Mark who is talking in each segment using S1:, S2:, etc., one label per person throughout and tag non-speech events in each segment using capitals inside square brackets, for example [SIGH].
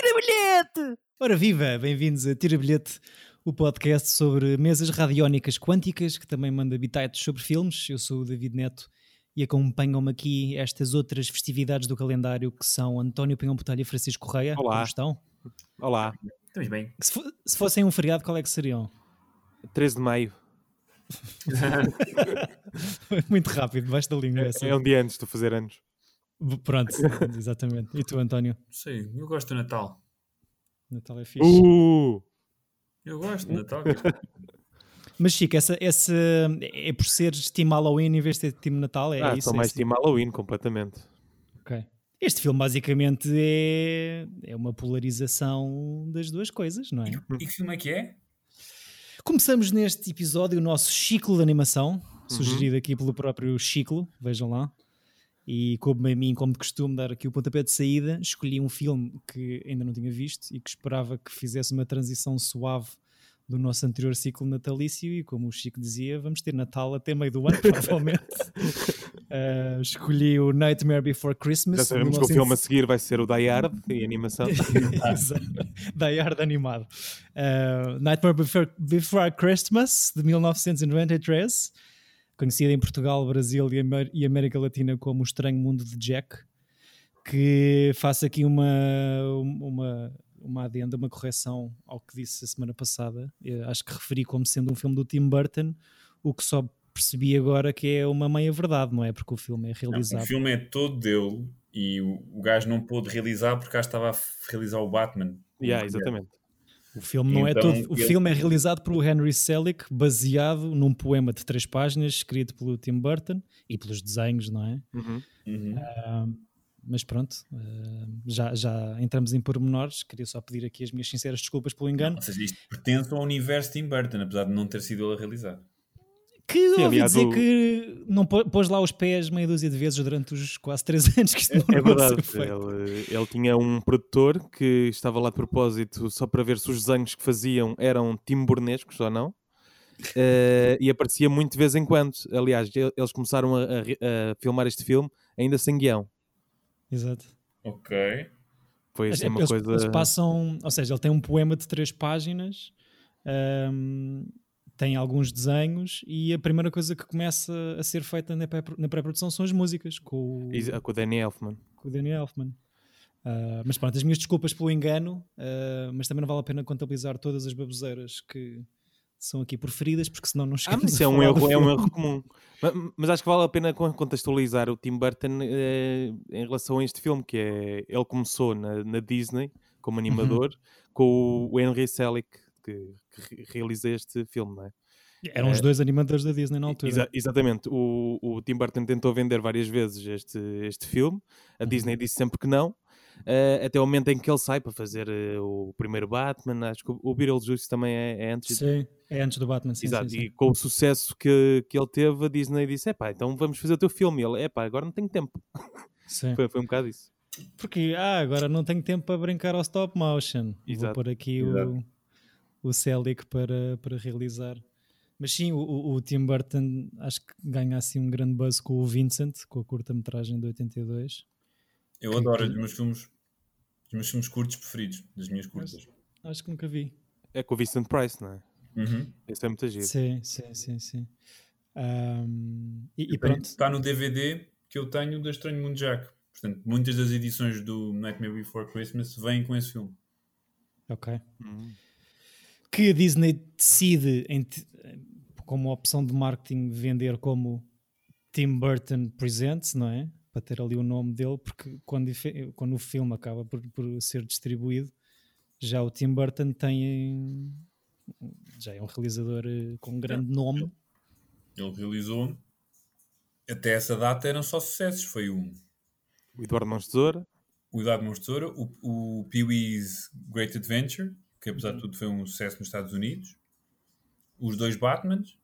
S1: bilhete!
S2: Ora viva, bem-vindos a Tira Bilhete, o podcast sobre mesas radiónicas quânticas, que também manda bitites sobre filmes. Eu sou o David Neto e acompanham-me aqui estas outras festividades do calendário que são António Pinhão Botelho e Francisco Correia.
S3: Olá.
S2: Como estão?
S3: Olá,
S4: Estamos bem.
S2: Se, fo- se fossem um feriado, qual é que seriam?
S3: 13 de maio.
S2: Foi [LAUGHS] muito rápido, baixo da língua essa.
S3: É um dia antes de fazer anos.
S2: Pronto, exatamente. E tu, António?
S4: Não sei, eu gosto do Natal.
S2: Natal é fixe.
S3: Uh!
S4: Eu gosto do Natal. cara.
S2: Mas, Chico, essa, essa é por seres time Halloween em vez de ser time Natal? É
S3: ah,
S2: isso?
S3: sou
S2: é
S3: mais
S2: esse
S3: time Halloween, completamente.
S2: Ok. Este filme basicamente é, é uma polarização das duas coisas, não é?
S4: E que filme é que é?
S2: Começamos neste episódio o nosso ciclo de animação,
S3: Uhum.
S2: sugerido aqui pelo próprio Ciclo, vejam lá. E como a mim, como de costume, dar aqui o pontapé de saída, escolhi um filme que ainda não tinha visto e que esperava que fizesse uma transição suave do nosso anterior ciclo natalício e como o Chico dizia, vamos ter Natal até meio do ano, [LAUGHS]
S3: [LAUGHS]
S2: provavelmente. Ah, escolhi o Nightmare Before Christmas.
S3: Já sabemos que
S2: 1900
S3: o filme é a seguir vai ser o Die Hard e
S2: [LAUGHS]
S3: animação.
S2: Exato. Die Hard animado. Uh, Nightmare Before, Before Christmas, de 1993, conhecido em Portugal, Brasil e, Amer- e América Latina como O Estranho Mundo de Jack, que faço aqui uma, uma, uma adenda, uma correção ao que disse a semana passada. Eu acho que referi como sendo um filme do Tim Burton, o que só percebi agora que é uma meia-verdade, não é? Porque o filme é
S5: Não,
S2: realizado...
S5: O filme é todo dele e o, o gajo não pôde realizar porque cá estava a f- realizar o Batman.
S3: yeah, exatamente.
S2: O filme não
S5: Então,
S2: é todo. O
S5: ele-
S2: filme é realizado por Henry Selick, baseado num poema de três páginas, escrito pelo Tim Burton e pelos desenhos, não é? [LAUGHS]
S3: Uhum.
S5: Uhum.
S2: Mas pronto, eh, já, já entramos em pormenores. Queria só pedir aqui as minhas sinceras desculpas pelo engano.
S5: Ou seja, isto pertence ao universo Tim Burton, apesar de não ter sido ele a realizar.
S2: Que ouvi
S3: aliás,
S2: dizer
S3: o-
S2: que não pô- pôs lá os pés meia dúzia de vezes durante os quase três [LAUGHS] anos que isto não
S3: É verdade.
S2: não se foi.
S3: Ele, ele tinha um produtor que estava lá de propósito só para ver se os desenhos que faziam eram timbornescos
S2: [LAUGHS]
S3: ou não. Eh, e aparecia muito de vez em quando. Aliás, ele- eles começaram a- a re- a filmar este filme ainda sem guião.
S2: Exato.
S5: Ok.
S3: Foi assim uma
S2: é eles,
S3: coisa.
S2: eles passam, ou seja, ele tem um poema de três páginas, hum, tem alguns desenhos e a primeira coisa que começa a ser feita na pré- na pré-produção são as músicas com o,
S3: Exa- Com o Danny Elfman.
S2: com o Danny Elfman. Ah, mas pronto, as minhas desculpas pelo engano, ah, mas também não vale a pena contabilizar todas as baboseiras que são aqui preferidas, porque senão não
S3: Ah,
S2: chegamos
S3: mas
S2: a
S3: isso é um
S2: falar do
S3: erro, é um
S2: filme.
S3: erro comum. Ma- Mas, acho que vale a pena con- contextualizar o Tim Burton eh, em relação a este filme, que é ele começou na, na Disney como
S2: Uhum.
S3: animador com o Henry Selick que, que re- realiza este filme, não é?
S2: Eram os
S3: É.
S2: dois animadores da Disney na altura.
S3: Exa- exatamente. O, o Tim Burton tentou vender várias vezes este, este filme.
S2: Uhum.
S3: A Disney disse sempre que não. eh, até o momento em que ele sai para fazer eh, o primeiro Batman, acho que o, o Beetlejuice também é, é antes
S2: Sim, é antes do Batman, sim,
S3: Exato,
S2: sim, sim.
S3: e com o sucesso que, que ele teve, a Disney disse: é pá, então vamos fazer o teu filme. E ele: é pá, agora não tenho tempo.
S2: Sim.
S3: Foi, foi um bocado isso.
S2: Porque ah, agora não tenho tempo para brincar ao stop motion.
S3: Exato,
S2: Vou pôr aqui
S5: exato.
S2: o, o Celic para, para realizar. Mas sim, o- o, o Tim Burton acho que ganha assim um grande buzz com o Vincent, com a curta-metragem de 82.
S5: Eu
S2: Que-
S5: adoro
S2: que-
S5: os meus filmes. Os meus filmes curtos preferidos, das minhas curtas.
S2: Acho que nunca vi.
S3: É com o Vincent Price, não é?
S5: Uhum.
S3: Isso é muito giro.
S2: Sim, sim, sim, sim. Ahm, e, e
S5: Eu tenho-
S2: pronto.
S5: Está no DVD que eu tenho da Estranho Mundo Jack. Portanto, muitas das edições do Nightmare Before Christmas vêm com esse filme.
S2: Ok.
S3: Uhum.
S2: que a Disney decide, em ti- como opção de marketing, vender como Tim Burton Presents, não é? Para ter ali o nome dele, porque quando, efe- quando o filme acaba por, por ser distribuído, já o Tim Burton tem. Já é um realizador eh, com um grande nome.
S5: Ele realizou. Até essa data eram só sucessos. Foi o
S3: O Eduardo Mãos de Tesoura.
S5: O Idade Monstradora, o, o Pee-wee's Great Adventure, que apesar
S3: Uhum.
S5: de tudo foi um sucesso nos Estados Unidos, os dois Batmans,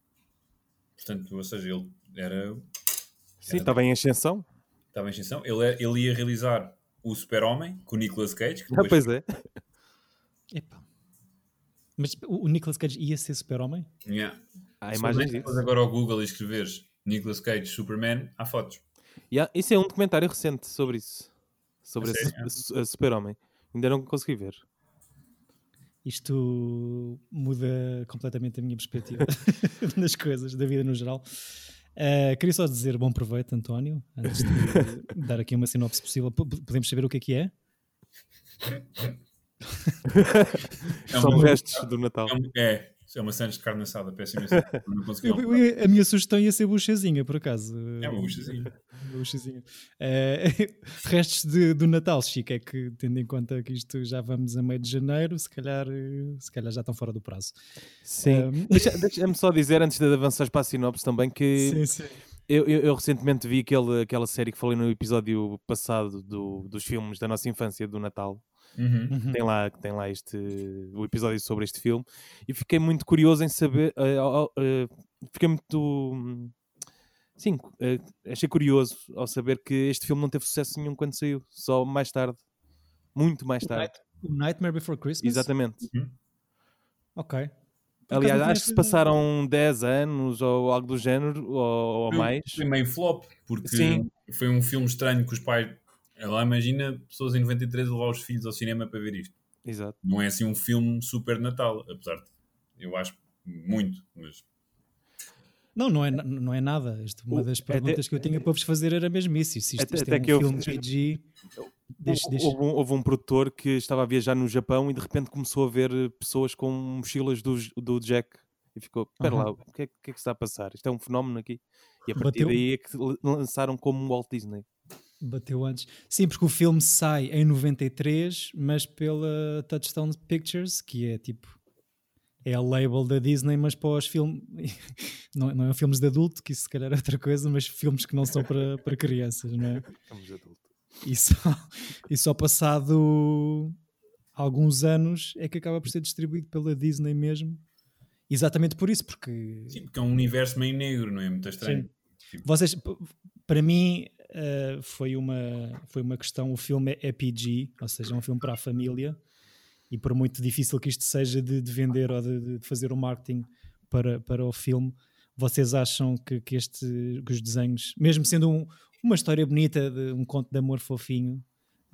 S5: portanto, ou seja, ele era,
S3: Sim, estava em ascensão.
S5: estava em extinção, ele, era- ele ia realizar o Super-Homem com o Nicolas Cage, que
S3: Ah,
S5: depois,
S3: pois é.
S2: Epá. Mas o o Nicolas Cage ia ser super-homem?
S5: Yeah.
S3: Há
S5: Se
S3: imagens
S5: fores
S3: disso.
S5: agora ao Google e escreveres Nicolas Cage Superman, há fotos.
S3: E há- isso é um documentário recente sobre isso. Sobre
S5: A
S3: esse,
S5: sério?
S3: esse- esse super-homem. Ainda não consegui ver.
S2: Isto muda completamente a minha perspectiva [LAUGHS] das coisas, da vida no geral. Uh, queria só dizer bom proveito, António, antes de [LAUGHS] dar aqui uma sinopse possível. P- podemos saber o que é que é?
S5: É
S3: São
S5: uma-
S3: restos do Natal.
S5: É, um- é, é uma sandes de carne assada, peço imensa desculpa, Não
S3: [LAUGHS]
S5: consegui.
S2: Eu- eu- a minha sugestão ia ser buchazinha, por acaso.
S5: É uma buchazinha.
S2: Uma buchazinha. Eh, [LAUGHS] restos de- do Natal, Chico, é que tendo em conta que isto já vamos a meio de janeiro, se calhar, eh, se calhar já estão fora do prazo.
S3: Sim.
S2: Um,
S3: Deixa- Deixa-me só dizer, antes de avançares para a sinopse também,
S2: sim,
S3: que
S2: sim.
S3: Eu, eu- eu recentemente vi aquele, aquela série que falei no episódio passado do- dos filmes da nossa infância, do Natal.
S5: Uhum.
S2: Uhum.
S3: Tem lá, tem lá este, o episódio sobre este filme. E fiquei muito curioso em saber. eh, ao- eh, fiquei muito. hum, Sim, cu- eh, achei curioso ao saber que este filme não teve sucesso nenhum quando saiu. Só mais tarde. Muito mais tarde.
S2: O Nightmare Before Christmas?
S3: Exatamente.
S2: Ok. Por acaso
S3: Aliás,
S2: não tinha
S3: acho que se
S2: essa-
S3: passaram 10 anos ou algo do género, ou, ou
S5: Foi-
S3: mais.
S5: Foi meio flop, porque
S3: Sim.
S5: foi um filme estranho que os pais. Lá imagina pessoas em 93 levar os filhos ao cinema para ver isto.
S3: Exato.
S5: Não é assim um filme super Natal, apesar de eu acho muito, mas
S2: Não, não é, na- não é nada. Isto, uma
S3: O-
S2: das
S3: até-
S2: perguntas que eu tinha para vos fazer era mesmo isso. Se isto,
S3: Até-
S2: isto
S3: até
S2: é um
S3: que eu-
S2: filme PG... Deixa,
S3: Houve-
S2: deixa.
S3: Houve, um, houve um produtor que estava a viajar no Japão e de repente começou a ver eh, pessoas com mochilas do, J- do Jack e ficou, espera
S2: Aham.
S3: lá, o que é, o que é que se está a passar? Isto é um fenómeno aqui. E a partir
S2: Bateu.
S3: daí é que l- lançaram como Walt Disney.
S2: Bateu antes. Sim, porque o filme sai em 93, mas pela Touchstone Pictures, que é tipo. É a label da Disney, mas para os filmes. [LAUGHS] Não, não é filmes de adulto, que isso se calhar é outra coisa, mas filmes que não são para, para crianças, não é?
S3: Estamos adultos.
S2: E só, e só passado alguns anos é que acaba por ser distribuído pela Disney mesmo. Exatamente por isso, porque
S5: sim, porque é um universo meio negro, não é? Muito estranho.
S2: Sim. Vocês, p- para mim, eh, foi, uma, foi uma questão. O filme é PG, ou seja, é um filme para a família. E por muito difícil que isto seja de, de vender ou de, de fazer o marketing para, para o filme, vocês acham que, que, este, que os desenhos, mesmo sendo um- uma história bonita, de um conto de amor fofinho,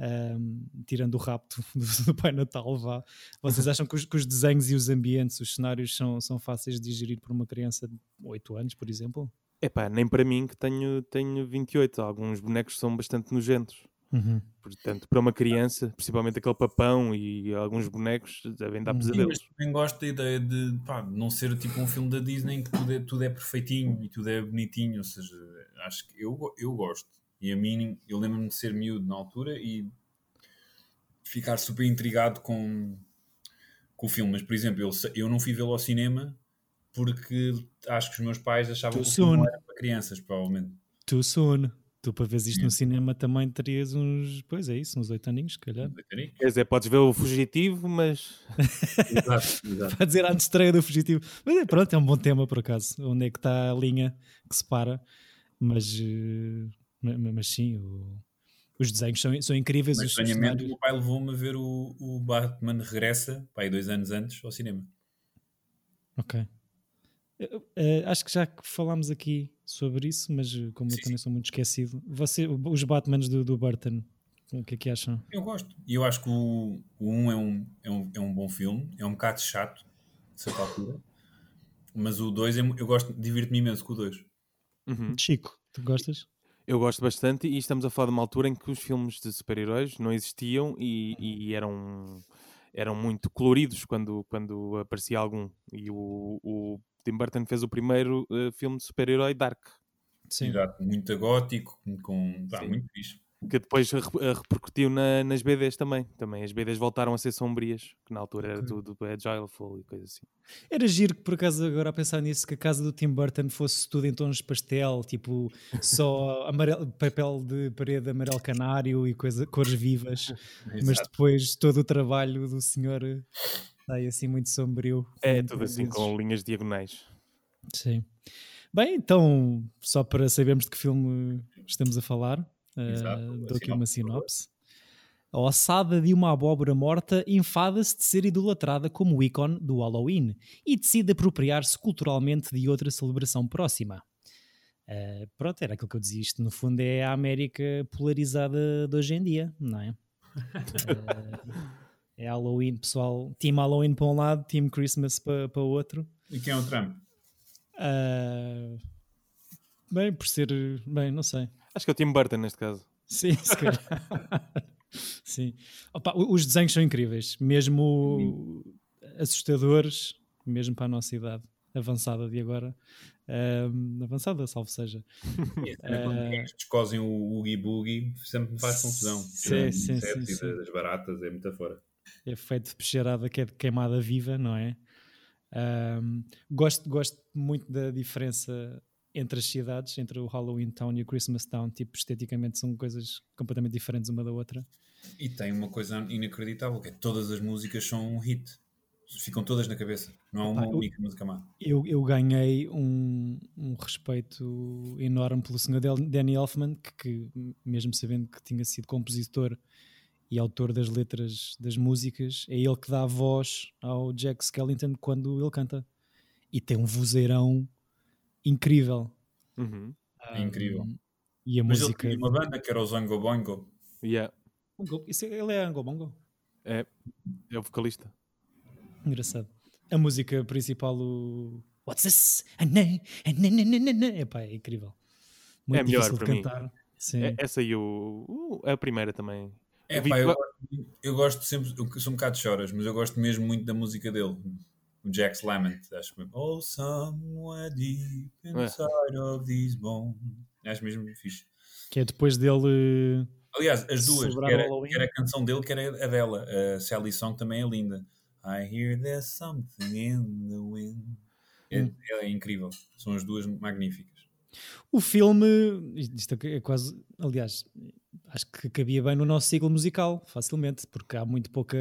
S2: ahm, tirando o rapto [LAUGHS] do, do Pai Natal, vá, vocês acham que os, que os desenhos e os ambientes, os cenários, são, são fáceis de digerir por uma criança de 8 anos, por exemplo?
S3: Epá, nem para mim que tenho, tenho 28. Alguns bonecos são bastante nojentos.
S5: Uhum.
S3: Portanto, para uma criança, principalmente aquele papão e alguns bonecos, devem dar
S2: Hum.
S5: Sim, mas
S3: pesadelos.
S5: também gosto da ideia de pá, de não ser tipo um filme da Disney em que tudo é, tudo é perfeitinho e tudo é bonitinho. Ou seja, acho que eu, go- eu gosto. E a mim, eu lembro-me de ser miúdo na altura e ficar super intrigado com, com o filme. Mas, por exemplo, eu, se- eu não fui vê-lo ao cinema porque acho que os meus pais achavam
S2: Too
S5: que o filme não
S2: soon.
S5: era para crianças, provavelmente.
S2: Too soon. Tu para ver isto no cinema também terias uns, pois é isso, uns oito aninhos, se calhar. [LAUGHS]
S3: Quer dizer, podes ver o fugitivo, mas
S5: Exato, exato.
S2: Para dizer a estreia do fugitivo. Mas é, pronto, é um bom tema por acaso. Onde é que está a linha que separa? Mas, eh, ma- ma- mas sim, o- os desenhos são, são incríveis.
S5: Mas
S2: os
S5: estranhamente o
S2: cenários.
S5: meu pai levou-me a ver o, o Batman Regressa, pá, aí dois anos antes, ao cinema.
S2: Ok. Eh, eh, acho que já que falámos aqui sobre isso, mas eh, como eu
S5: Sim,
S2: também sou muito esquecido, você, os Batmans do, do Burton, o que é que acham?
S5: Eu gosto. E eu acho que o 1 um é, um, é, um, é um bom filme. É um bocado chato, de certa altura. Mas o 2, eu gosto, divirto-me imenso com o 2.
S3: Uhum.
S2: Chico, tu gostas?
S3: Eu gosto bastante e estamos a falar de uma altura em que os filmes de super-heróis não existiam e, e eram, eram muito coloridos quando, quando aparecia algum. E o, o Tim Burton fez o primeiro eh, filme de super-herói Dark,
S2: Sim.
S5: Muito gótico, com, pá,
S3: Sim.
S5: muito fixe.
S3: que depois re- eh, repercutiu na- nas BDs também. Também as BDs voltaram a ser sombrias, que na altura era
S2: Ok.
S3: tudo Agile Full e coisa assim.
S2: Era giro que, por acaso, agora a pensar nisso, que a casa do Tim Burton fosse tudo em tons pastel, tipo
S3: [LAUGHS]
S2: só amarelo- papel de parede amarelo canário e coisa, cores vivas, mas
S5: Exato.
S2: depois todo o trabalho do senhor sai assim muito sombrio.
S3: É
S2: Muito
S3: tudo assim,
S2: vezes.
S3: com linhas diagonais.
S2: Sim. Bem, então, só para sabermos de que filme estamos a falar,
S5: Exato,
S2: eh,
S5: a
S2: dou aqui
S5: sinopse,
S2: uma
S5: por favor.
S2: sinopse. A ossada de uma abóbora morta enfada-se de ser idolatrada como ícone do Halloween e decide apropriar-se culturalmente de outra celebração próxima.
S5: [LAUGHS]
S2: Eh, pronto, era aquilo que eu dizia. Isto, no fundo, é a América polarizada de hoje em dia, não é? É Halloween, pessoal. Team Halloween para um lado, Team Christmas para, para o outro.
S5: E quem é o Trump?
S2: Ah, bem, por ser. Bem, não sei.
S3: Acho que é o Tim Burton neste caso.
S2: Sim, [LAUGHS] se calhar. Sim. Opa, o- os desenhos são incríveis, mesmo assustadores, mesmo para a nossa idade avançada de agora. Ahm, avançada, salvo seja.
S5: é Quando
S2: Eh,
S5: eles descosem o Oogie Boogie, sempre me faz confusão.
S2: Sim,
S5: Tirando
S2: sim,
S5: insetos
S2: sim,
S5: e
S2: sim.
S5: das baratas, é metáfora.
S2: É feito de peixeirada que é de queimada viva, não é? Ahm, gosto, gosto muito da diferença entre as cidades, entre o Halloween Town e o Christmas Town. Tipo, esteticamente são coisas completamente diferentes uma da outra.
S5: E tem uma coisa inacreditável, que é todas as músicas são um hit. Ficam todas na cabeça. Não há uma
S2: Epá, eu-
S5: única música má.
S2: eu, eu ganhei um, um respeito enorme pelo senhor Del- Danny Elfman, que, que, mesmo sabendo que tinha sido compositor e autor das letras das músicas, é ele que dá a voz ao Jack Skellington quando ele canta. E tem um vozeirão incrível.
S3: Uhum.
S5: É incrível.
S2: E a
S5: Mas ele
S2: música.
S5: tinha uma banda que era o Zongo Bongo.
S3: Yeah.
S2: Isso- ele é angolongo?
S3: É, é o vocalista.
S2: Engraçado. A música principal, o What's This? Ah, né, ah, né, né, né, né, né. Epá, é incrível. Muito
S3: É melhor
S2: difícil de
S3: para mim.
S2: cantar. Sim.
S3: É- essa e o. uh, é a primeira também.
S5: É,
S3: Eu vi-
S5: pá, eu, gosto- eu gosto sempre, eu sou um bocado choras, mas eu gosto mesmo muito da música dele. O Jack's Lament, acho mesmo. Oh, somewhere deep inside of these bones. Acho mesmo fixe.
S2: Que é depois dele.
S5: Aliás, as duas,
S2: Celebrar
S5: que era,
S2: o Halloween.
S5: que era a canção dele, que era a dela. A Sally Song também é linda. I hear there's something in the wind. É,
S2: Hum.
S5: é incrível. São as duas magníficas.
S2: O filme. Isto é quase. Aliás, acho que cabia bem no nosso ciclo musical, facilmente, porque há muito pouca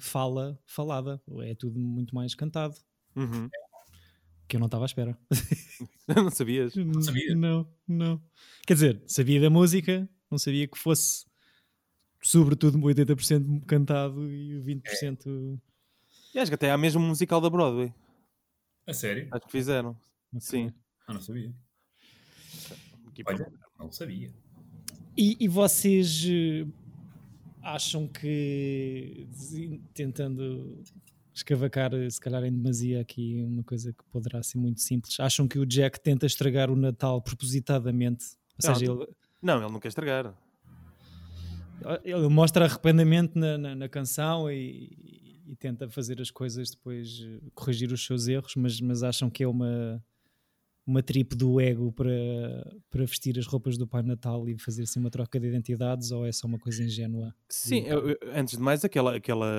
S2: fala falada. É tudo muito mais cantado,
S3: Uhum.
S2: que eu não estava à espera.
S3: [LAUGHS] Não sabias?
S2: Não
S5: sabia?
S2: Não, não. Quer dizer, sabia da música, não sabia que fosse, sobretudo, um 80% cantado e 20%.
S3: E acho que até há mesmo um musical da Broadway.
S5: A sério?
S3: Acho que fizeram. Sim.
S5: Ah, não sabia.
S3: Aqui para-
S5: Olha, não sabia.
S2: É. E, e vocês eh, acham que desi- tentando escavacar eh, se calhar em demasia aqui uma coisa que poderá ser muito simples, acham que o Jack tenta estragar o Natal propositadamente? Ou
S3: Não,
S2: seja,
S3: tu-
S2: ele,
S3: Não, ele não quer estragar.
S2: ele mostra arrependimento na, na- na canção e, e tenta fazer as coisas depois eh, corrigir os seus erros, mas, mas acham que é uma uma tripe do ego para, para vestir as roupas do Pai Natal e fazer assim uma troca de identidades ou é só uma coisa ingênua?
S3: Sim, eu- eu- antes de mais, aquela, aquela,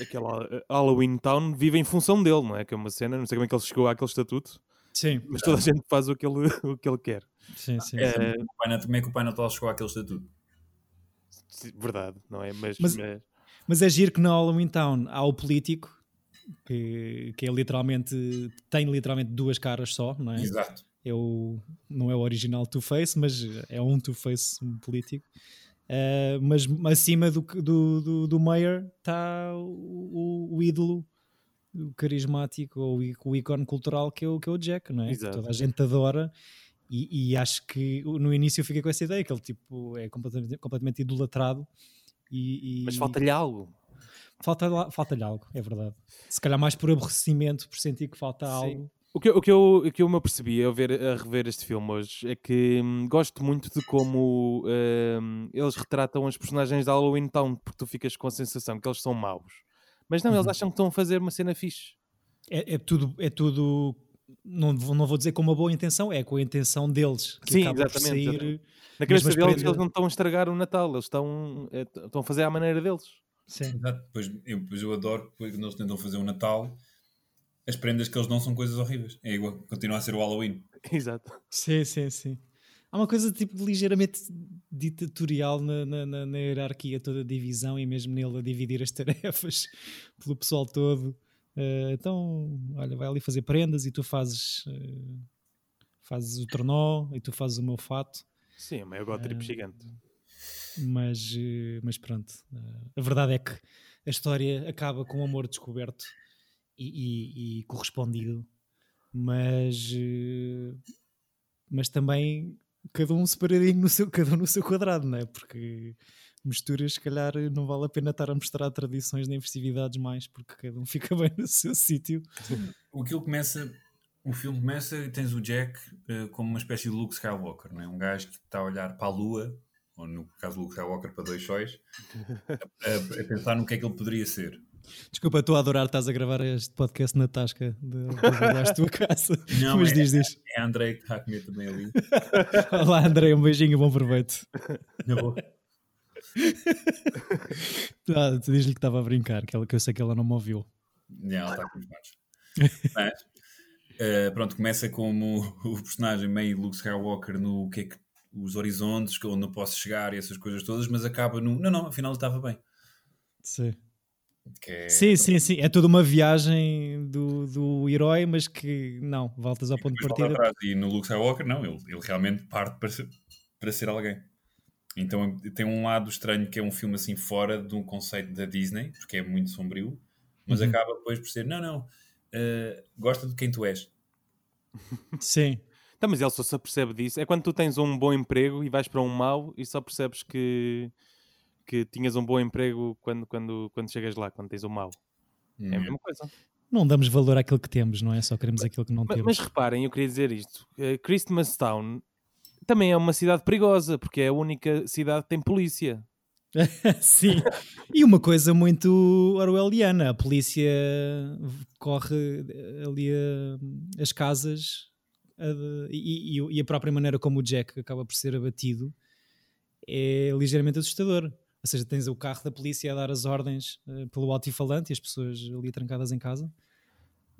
S3: aquela eh, Halloween Town vive em função dele, não é? Que é uma cena, não sei como é que ele chegou àquele estatuto,
S2: Sim,
S3: mas toda a gente faz o que ele, [LAUGHS] o que ele quer.
S2: sim, sim.
S3: É,
S5: O Pai Natal- Como é que o Pai Natal chegou àquele estatuto?
S3: sim, verdade, não é? Mas,
S2: Mas-
S3: mas-
S2: Mas é giro que na Halloween Town há o político que, que é literalmente tem literalmente duas caras só, não é?
S5: Exato.
S2: É o- não é o original Two-Face, mas é um Two-Face um político. Ah, mas acima do, que- do, do, do Mayer está o, o- o ídolo o carismático ou o í- o ícone cultural que é o, que é o Jack, não é? Que
S3: Exato.
S2: Toda a gente adora. E, e acho que no início eu fiquei com essa ideia que ele tipo, é completamente, completamente idolatrado. E, e-
S3: mas falta-lhe algo.
S2: Falta lá- falta-lhe algo, é verdade. Se calhar mais por aborrecimento, por sentir que falta
S3: Sim.
S2: algo.
S3: O que, eu- o, que eu, o que eu me apercebi ao ver, a rever este filme hoje é que hum, gosto muito de como hum, eles retratam os personagens da Halloween Town, porque tu ficas com a sensação que eles são maus. Mas não, eles acham que estão a fazer uma cena fixe.
S2: É, é tudo, é tudo não, vou- não vou dizer com uma boa intenção, é com a intenção deles. Que
S3: Sim,
S2: acaba por
S3: exatamente,
S2: sair-
S3: exatamente. Na cabeça
S2: Mesmas
S3: deles,
S2: prendas.
S3: eles não estão a estragar o Natal, eles estão, eh, t- estão a fazer à maneira deles.
S2: Sim.
S5: Exato. Pois eu, pois eu adoro que quando eles tentam fazer o Natal, as prendas que eles dão são coisas horríveis. É igual, continua a ser o Halloween.
S3: Exato.
S2: sim, sim, sim. Há uma coisa tipo ligeiramente ditatorial na, na, na- na hierarquia toda da divisão e mesmo nele a dividir as [LAUGHS] tarefas pelo pessoal todo. Eh, então, olha, vai ali fazer prendas e tu fazes, eh, fazes o tornó e tu fazes o meu fato.
S3: Sim, é meio gotrip gigante.
S2: mas, eh, mas pronto, eh, a verdade é que a história acaba com o amor descoberto e, e- e correspondido, mas, eh, [LAUGHS] mas também cada um separadinho no seu, cada um no seu quadrado, não é? Porque misturas, se calhar não vale a pena estar a mostrar tradições nem festividades mais, porque cada um [LAUGHS] fica bem no seu sítio.
S5: O que ele começa. O filme começa e tens o Jack eh, como uma espécie de Luke Skywalker, não é? um gajo que está a olhar para a lua, ou no caso Luke Skywalker para dois sóis, a, a- a pensar no que é que ele poderia ser.
S2: Desculpa, estou a adorar, estás a gravar este podcast na tasca de, de, da tua casa.
S5: Não,
S2: Mas
S5: é-
S2: diz,
S5: [LAUGHS]
S2: diz.
S5: É a Andrei que está a comer também ali.
S2: Olá, André, um beijinho, bom proveito.
S5: Na boa.
S2: Ah, tu Diz-lhe que estava a brincar, que, ela, que eu sei que ela não me ouviu.
S5: Não, ela está com os manos. Mas, eh, pronto, começa como [LAUGHS] o personagem meio Luke Skywalker no que é que os horizontes, que é onde eu posso chegar e essas coisas todas, mas acaba no não, não, afinal estava bem.
S2: Sim.
S5: Que é-
S2: sim, sim, sim. É toda uma viagem do, do herói, mas que não, voltas ao ponto de
S5: Depois volta
S2: partida.
S5: atrás e no Luke Skywalker, não, ele, ele realmente parte para ser, para ser alguém. Então tem um lado estranho que é um filme assim fora de um conceito da Disney, porque é muito sombrio, mas
S2: Uhum.
S5: acaba depois por ser, não, não, eh, gosta de quem tu és.
S2: Sim.
S3: Tá, mas ele só se apercebe disso. É quando tu tens um bom emprego e vais para um mau e só percebes que, que tinhas um bom emprego quando, quando, quando chegas lá, quando tens um mau.
S5: Uhum.
S3: É a mesma coisa.
S2: Não damos valor àquilo que temos, não é? Só queremos aquilo que não
S3: Mas,
S2: temos.
S3: mas reparem, eu queria dizer isto. Eh, Christmas Town também é uma cidade perigosa, porque é a única cidade que tem polícia.
S2: Sim. [LAUGHS] E uma coisa muito orwelliana: a polícia corre eh, ali a- as casas a- e, e- e a própria maneira como o Jack acaba por ser abatido é ligeiramente assustador. Ou seja, tens o carro da polícia a dar as ordens eh, pelo altifalante e as pessoas ali trancadas em casa.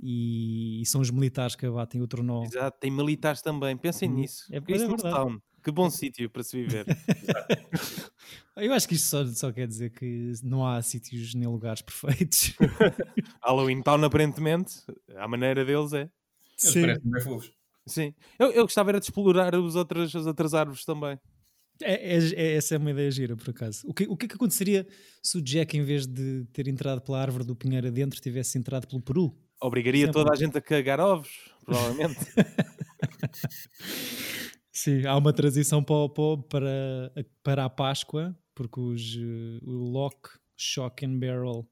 S2: E, e são os militares que abatem o tronó.
S3: Exato, tem militares também. Pensem
S2: Hum,
S3: nisso.
S2: é
S3: Christmas
S2: verdade.
S3: Town. Que bom sítio para se viver. [LAUGHS]
S2: Eu acho que isto só, só quer dizer que não há sítios nem lugares [LAUGHS] perfeitos.
S3: Halloween Town, aparentemente, à maneira deles é.
S5: Eles parecem bem fofos.
S3: Sim. Eu, eu gostava era de explorar os outros, as outras árvores também.
S2: É, é- é- essa é uma ideia gira, por acaso. O que, o que é que aconteceria se o Jack, em vez de ter entrado pela árvore do Pinheiro adentro, tivesse entrado pelo Peru?
S3: Obrigaria
S2: Sempre.
S3: toda a gente a cagar ovos, provavelmente.
S2: [LAUGHS] Sim, há uma transição para, o- para, o- para, a- para a Páscoa, porque os, eh, o Locke, Shock and Barrel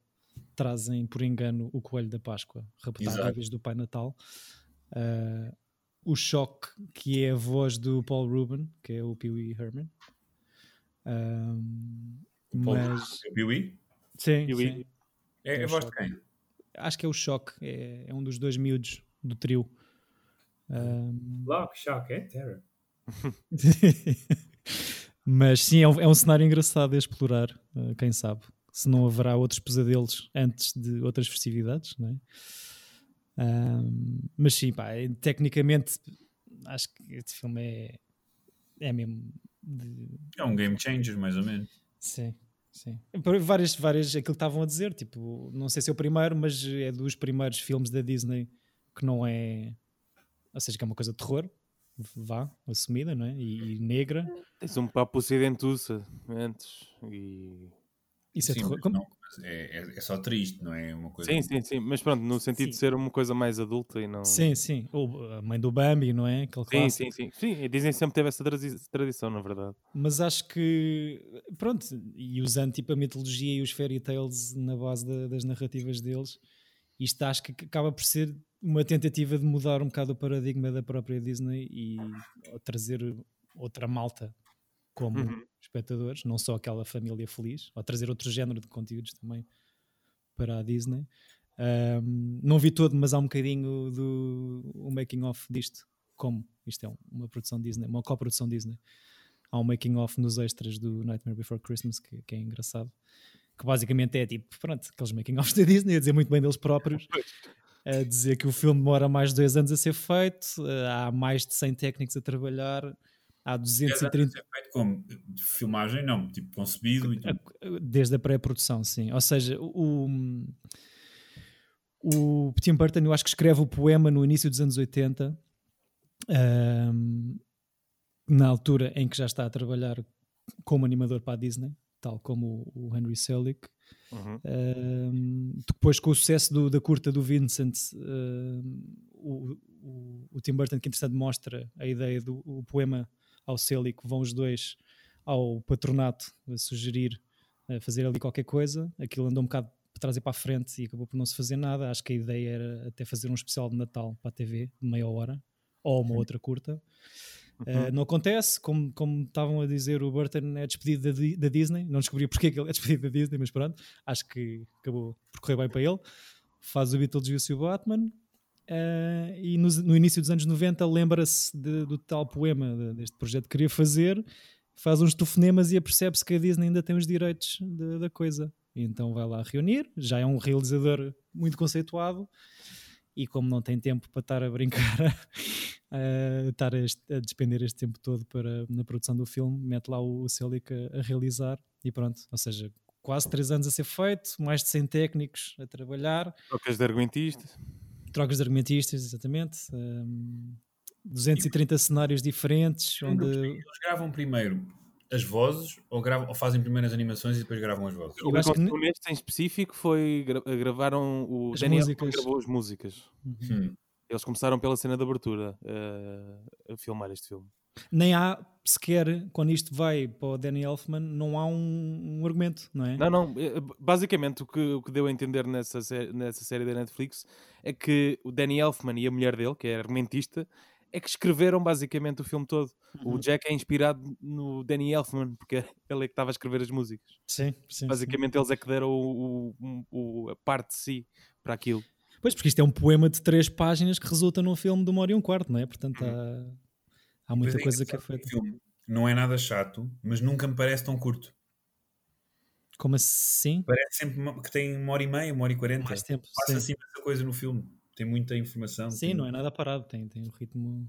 S2: trazem, por engano, o coelho da Páscoa, raptado em
S5: Exato.
S2: vez do Pai Natal. Ah, o Shock, que é a voz do Paul Rubin, que é o Pee Wee Herman. Ah,
S5: Paul Rubin.
S2: mas...
S5: O Pee-wee?
S2: Sim,
S3: Pee Wee.
S2: sim.
S5: É,
S2: Eu
S5: eu gosto
S2: acho
S5: de quem?
S2: acho que é o Choque, é, é um dos dois miúdos do trio. Ahm,
S4: Lock, shock, é terror.
S2: mas sim, é um, é um cenário engraçado a explorar, eh, quem sabe. Se não haverá outros pesadelos antes de outras festividades, não é? Ahm, mas sim, pá, eh, tecnicamente acho que este filme é, é mesmo de-
S5: É um game changer, mais ou menos.
S2: Sim, sim. Por Várias, várias, aquilo que estavam a dizer, tipo, não sei se é o primeiro, mas é dos primeiros filmes da Disney que não é, ou seja, que é uma coisa de terror, vá, assumida, não é? E, e negra,
S3: Tens um papo sedentuça antes. E...
S2: isso é
S5: Sim,
S2: terror.
S5: mas
S2: Como-
S5: não, mas é, é- é só triste, não é uma coisa.
S3: Sim, sim, sim. Mas pronto, no sentido de
S2: Sim.
S3: ser uma coisa mais adulta e não.
S2: Sim, sim. Ou a mãe do Bambi, não é? Aquele
S3: Sim,
S2: clássico.
S3: sim, sim. Sim, a Disney sempre teve essa tradi- tradição, na verdade.
S2: Mas acho que, pronto, e usando tipo a mitologia e os fairy tales na base da- das narrativas deles, isto acho que acaba por ser uma tentativa de mudar um bocado o paradigma da própria Disney e trazer outra malta como
S3: Uhum.
S2: espectadores, não só aquela família feliz, ou trazer outro género de conteúdos também para a Disney. Ahm, não vi todo, mas há um bocadinho do o making of disto, como isto é um- uma produção Disney, uma coprodução Disney há um making off nos extras do Nightmare Before Christmas que, que é engraçado que basicamente é tipo, pronto, aqueles making offs [LAUGHS] da Disney a dizer muito bem deles próprios a dizer que o filme demora mais de dois anos a ser feito, eh, há mais de 100 técnicos a trabalhar, há
S5: Dez anos
S2: 230
S5: é feito como de filmagem, não, tipo concebido e tudo.
S2: desde a pré-produção, sim. Ou seja, o, o Tim Burton, eu acho que escreve o poema no início dos anos 80, ahm, na altura em que já está a trabalhar como animador para a Disney, tal como o, o Henry Selick.
S3: Uhum.
S2: Ahm, depois, com o sucesso do- da curta do Vincent, ahm, o, o- o Tim Burton, que entretanto mostra a ideia do o poema ao Selick, vão os dois ao patronato a sugerir a fazer ali qualquer coisa. Aquilo andou um bocado para trás e para a frente e acabou por não se fazer nada. Acho que a ideia era até fazer um especial de Natal para a TV, de meia hora, ou uma outra curta. Uh, não acontece, como, como estavam a dizer, o Burton é despedido da, Di- da Disney. Não descobri porque é que ele é despedido da Disney, mas pronto, acho que acabou por correr bem para ele. Faz o Beetlejuice e o Batman. Uh, e nos- no, início dos anos 90 lembra-se de- do tal poema de- deste projeto que queria fazer, faz uns telefonemas e apercebe-se que a Disney ainda tem os direitos da- da coisa. E então vai lá reunir, já é um realizador muito conceituado, e como não tem tempo para estar a brincar, [LAUGHS] a estar a, est- a despender este tempo todo para, na produção do filme, mete lá o, o Celic a, a realizar e pronto. Ou seja, quase três anos a ser feito, mais de 100 técnicos a trabalhar,
S3: Trocas de argumentista.
S2: trocas de argumentistas, exatamente, hum, 230 cenários diferentes, onde
S5: Eles gravam primeiro as vozes ou, gravam, ou fazem primeiro as animações e depois gravam as vozes.
S2: Eu
S3: O que
S2: acho que ne-
S3: aconteceu neste em específico foi gra- gravaram o
S2: As
S3: Daniel Elfman
S2: músicas.
S3: gravou as músicas.
S5: Hum.
S3: Eles começaram pela cena de abertura eh, a filmar este filme.
S2: nem há sequer, quando isto vai para o Danny Elfman, não há um, um argumento, não é?
S3: Não, não, eh, basicamente o que, o que deu a entender nessa, sé- nessa série da Netflix é que o Danny Elfman e a mulher dele, que é argumentista, é que escreveram basicamente o filme todo.
S2: Uhum.
S3: O Jack é inspirado no Danny Elfman, porque [LAUGHS] ele é que estava a escrever as músicas.
S2: Sim, sim, sim.
S3: Basicamente eles é que deram o, o- o- a parte de si para aquilo.
S2: Pois, porque isto é um poema de três páginas que resulta num filme de uma hora e um quarto, não é? Portanto, há, há muita
S5: Uhum. Mas
S2: coisa
S5: é
S2: que é
S5: engraçado
S2: feita.
S5: o filme não é nada chato, mas nunca me parece tão curto.
S2: Como assim?
S5: Parece sempre uma- que tem uma hora e meia, uma hora e quarenta.
S2: Mais tempo.
S5: Passa
S2: Sim.
S5: assim muita coisa no filme. Tem muita informação.
S2: Sim, não é nada parado, tem, tem um ritmo.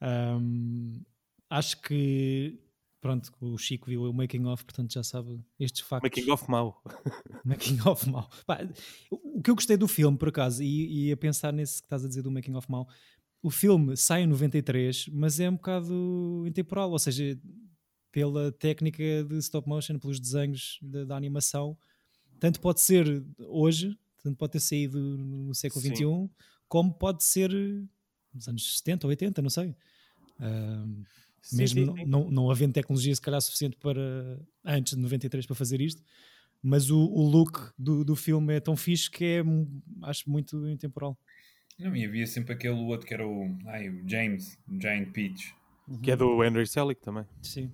S2: Ahm, acho que. Pronto, o Chico viu o making of, portanto já sabe estes factos.
S3: Making é? of mau. [LAUGHS]
S2: [LAUGHS] Making of mal. Pá, o o que eu gostei do filme, por acaso, e, e a pensar nesse que estás a dizer do Making of mal, o filme sai em 93, mas é um bocado intemporal, ou seja, pela técnica de stop motion, pelos desenhos da, da animação, tanto pode ser hoje, tanto pode ter saído no século
S3: Sim.
S2: XXI, como pode ser nos anos 70 ou 80, não sei. Ah,
S3: Sim,
S2: mesmo
S3: sim,
S2: não-
S3: sim.
S2: Não, não havendo tecnologia se calhar suficiente para antes de 93 para fazer isto mas o, o look do, do filme é tão fixe que é hum, acho muito intemporal
S5: Não, e havia sempre aquele outro que era o, ai, o James, o Giant Peach,
S3: Que é do Andrew Selick também.
S2: sim,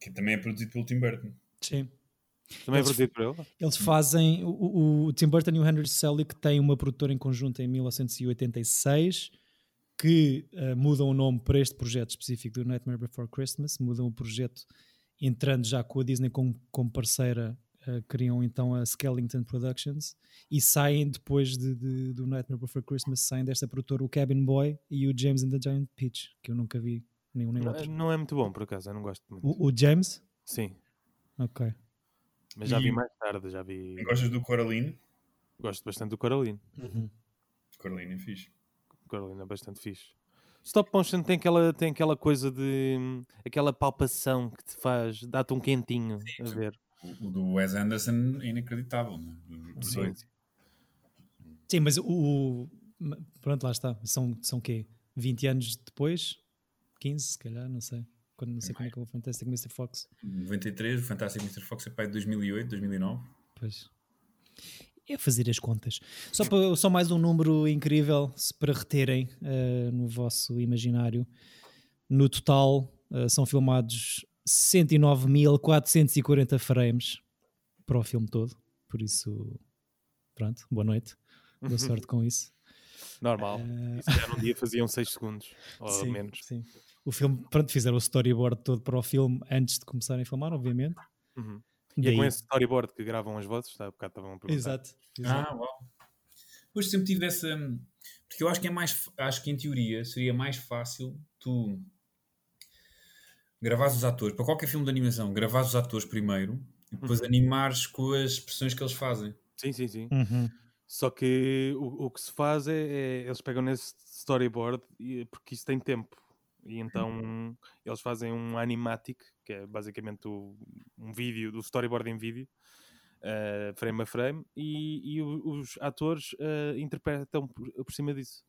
S5: que também é produzido pelo Tim Burton.
S2: sim.
S3: Também é
S2: Eles-
S3: produzido por ele.
S2: eles fazem o- o, o Tim Burton e o Henry Selick têm uma produtora em conjunto em 1986 que eh, mudam o nome para este projeto específico do Nightmare Before Christmas mudam o projeto entrando já com a Disney como, como parceira eh, criam então a Skellington Productions e saem depois de, de- do Nightmare Before Christmas, saem desta produtora o Cabin Boy e o James and the Giant Peach, que eu nunca vi nenhum nem outro.
S3: Não é muito bom, por acaso. Eu não gosto muito.
S2: O, o James?
S3: Sim,
S2: Ok.
S3: mas já vi
S5: E-
S3: mais tarde. Já vi.
S5: Gostas do Coraline?
S3: Gosto bastante do Caroline.
S5: Coraline é fixe.
S3: Carolina, bastante fixe. Stop motion tem aquela, tem aquela coisa de. hum, aquela palpação que te faz, dá-te um quentinho a ver.
S5: O, o do Wes Anderson é inacreditável. Né? Do- do doido.
S2: Sim, mas o- o. ma- Pronto, lá está. São, são quê? 20 anos depois? 15, se calhar, não sei. Quando, não sei quando é que é o Fantastic Mr. Fox.
S5: 93, o Fantastic Mr. Fox é pai de 2008, 2009.
S2: Pois. É fazer as contas. Só, pa- só mais um número incrível se- para reterem eh, no vosso imaginário. No total eh, são filmados 109.440 frames para o filme todo. Por isso, pronto, boa noite. Boa sorte com isso.
S3: Normal.
S2: Eh,
S3: Isso já num dia faziam 6 segundos, ou
S2: sim,
S3: menos.
S2: sim. O filme, pronto, fizeram o storyboard todo para o filme antes de começarem a filmar, obviamente.
S3: Uhum. E é
S2: Daí-
S3: com esse storyboard que gravam as vozes, tá? há bocado estavam a perguntar.
S2: Exato. exato.
S5: Ah, uau. Hoje sempre tive essa. Porque eu acho que é mais. f- Acho que em teoria seria mais fácil tu gravares os atores. Para qualquer filme de animação, gravares os atores primeiro e depois animares com as expressões que eles fazem.
S3: Sim, sim, sim.
S2: Uhum.
S3: Só que o, o que se faz é, é- Eles pegam nesse storyboard e- porque isso tem tempo. E
S2: Uhum.
S3: então eles fazem um animatic, que é basicamente o- um vídeo, do storyboard em vídeo, eh, frame a frame, e, e o- os atores eh, interpretam por, por cima disso.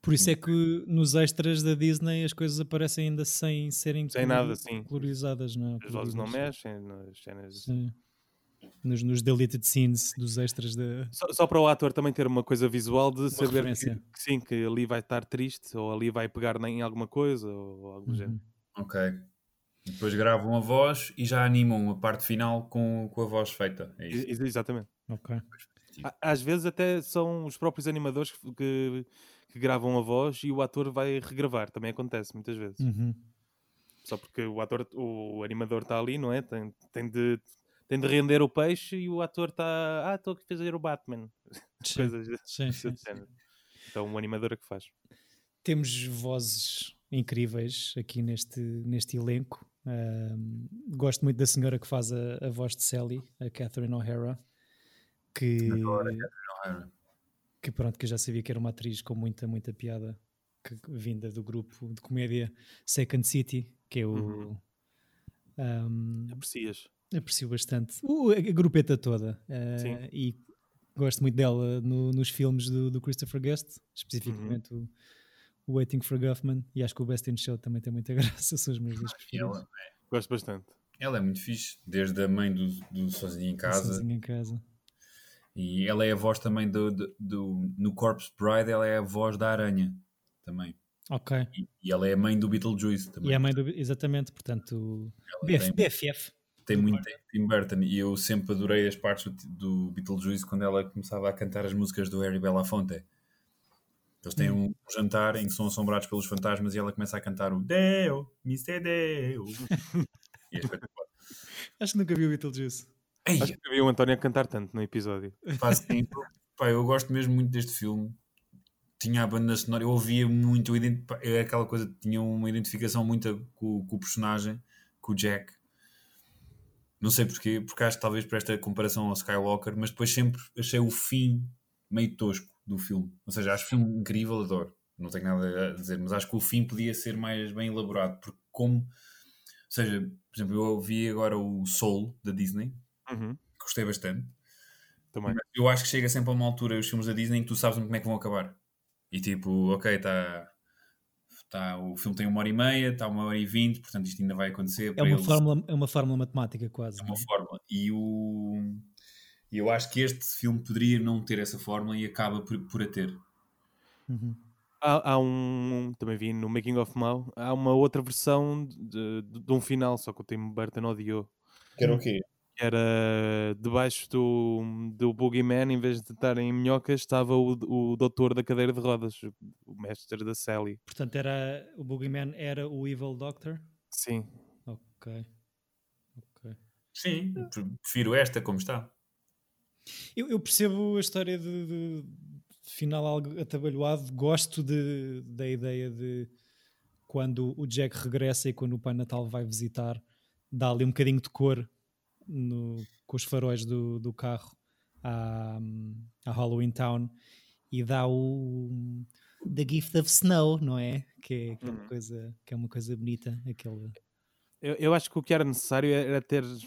S2: Por isso é que nos extras da Disney as coisas aparecem ainda sem serem
S3: Sem nada, sim.
S2: colorizadas, não é?
S3: As vozes não
S2: Coloridas.
S3: mexem, as cenas.
S2: Sim. Nos, nos deleted scenes dos extras da.
S3: Só, só para o ator também ter uma coisa visual de saber que,
S2: referência.
S3: que sim, que ali vai estar triste ou ali vai pegar em alguma coisa ou algo do género.
S2: Uhum.
S5: Ok. E Depois gravam a voz e já animam a parte final com, com a voz feita. É isso.
S3: Ex- exatamente.
S2: Uhum. Ok.
S3: Á- Às vezes até são os próprios animadores que, que- que gravam a voz e o ator vai regravar, também acontece muitas vezes.
S2: Uhum.
S3: Só porque o ator, o animador está ali, não é? Tem, tem de, tem de render o peixe e o ator está. Ah, estou aqui a fazer o Batman.
S2: Sim,
S3: Coisas
S2: sim, sim.
S3: desse tipo género. Então o animador é que faz.
S2: Temos vozes incríveis aqui neste, neste elenco. Ahm, gosto muito da senhora que faz a, a voz de Sally, a Catherine O'Hara, que,
S5: O'Hara.
S2: que pronto, que eu já sabia que era uma atriz com muita, muita piada, que, que- vinda do grupo de comédia Second City, que eu
S3: Uhum.
S2: ahm,
S3: Aprecias.
S2: aprecio bastante. O- a grupeta toda. ah,
S3: Sim.
S2: E gosto muito dela no- nos filmes do, do Christopher Guest, especificamente
S5: Uhum.
S2: o, o Waiting for Guffman. E acho que o Best in Show também tem muita [LAUGHS] graça. São os meus dois
S5: E
S2: preferidos.
S5: Ela,
S3: Gosto bastante.
S5: ela é muito fixe, desde a mãe do, do Sozinho em Casa.
S2: Sozinho em casa.
S5: E ela é a voz também do, do, do- No Corpse Bride, ela é a voz da aranha também.
S2: Ok.
S5: E, e ela é a mãe do Beetlejuice também.
S2: E a mãe do. Exatamente, portanto.
S5: Ela
S2: BF,
S5: tem-
S2: BFF.
S5: Tem muito tempo Tim Burton e eu sempre adorei as partes do, do Beetlejuice quando ela começava a cantar as músicas do Harry Belafonte. Eles têm um jantar em que são assombrados pelos fantasmas e ela começa a cantar o Deo, Mr. Deo. E é espetacular.
S2: Acho que nunca vi o Beetlejuice.
S5: Ei,
S3: Acho que vi o António a cantar tanto no episódio.
S5: faz tempo. Pá, eu gosto mesmo muito deste filme. Tinha a banda sonora, eu ouvia muito, eu ident- pá, é aquela coisa, tinha uma identificação muito com, com o personagem, com o Jack. Não sei porquê, porque acho que talvez por esta comparação ao Skywalker, mas depois sempre achei o fim meio tosco do filme. Ou seja, acho o filme incrível, adoro. Não tenho nada a dizer, mas acho que o fim podia ser mais bem elaborado, porque como. Ou seja, por exemplo, eu ouvi agora o Soul da Disney,
S3: Uhum,
S5: gostei bastante.
S2: é?
S3: Também.
S5: Eu acho que chega sempre a uma altura os filmes da Disney que tu sabes como é que vão acabar. E tipo, ok, está. Tá, o filme tem uma hora e meia, está uma hora e vinte, portanto isto ainda vai acontecer.
S2: É
S5: para
S2: uma,
S5: eles,
S2: fórmula, é uma fórmula matemática quase.
S5: é
S2: não
S5: uma
S2: é?
S5: fórmula. E o. e Eu acho que este filme poderia não ter essa fórmula e acaba por, por a ter.
S2: Uhum.
S3: Há, há um. Também vi no Making of Mao. Há uma outra versão de, de- de um final, só que o Tim Burton odiou.
S5: Que era o quê?
S3: Que era debaixo do, do Boogeyman, em vez de estarem minhocas, estava o, o doutor da cadeira de rodas, o mestre da Sally.
S2: Portanto, era, o Boogeyman era o Evil Doctor.
S3: Sim.
S2: Ok. Ok.
S5: Sim, pre- prefiro esta como está.
S2: Eu, eu percebo a história de, de- de final algo atabalhoado, gosto de- da ideia de quando o Jack regressa e quando o Pai Natal vai visitar, dá ali um bocadinho de cor no- com os faróis do, do carro à, à Halloween Town e dá o The Gift of Snow, não é? Que é, que é uma, coisa, que é uma coisa bonita, aquele
S3: Eu, eu acho que o que era necessário era teres.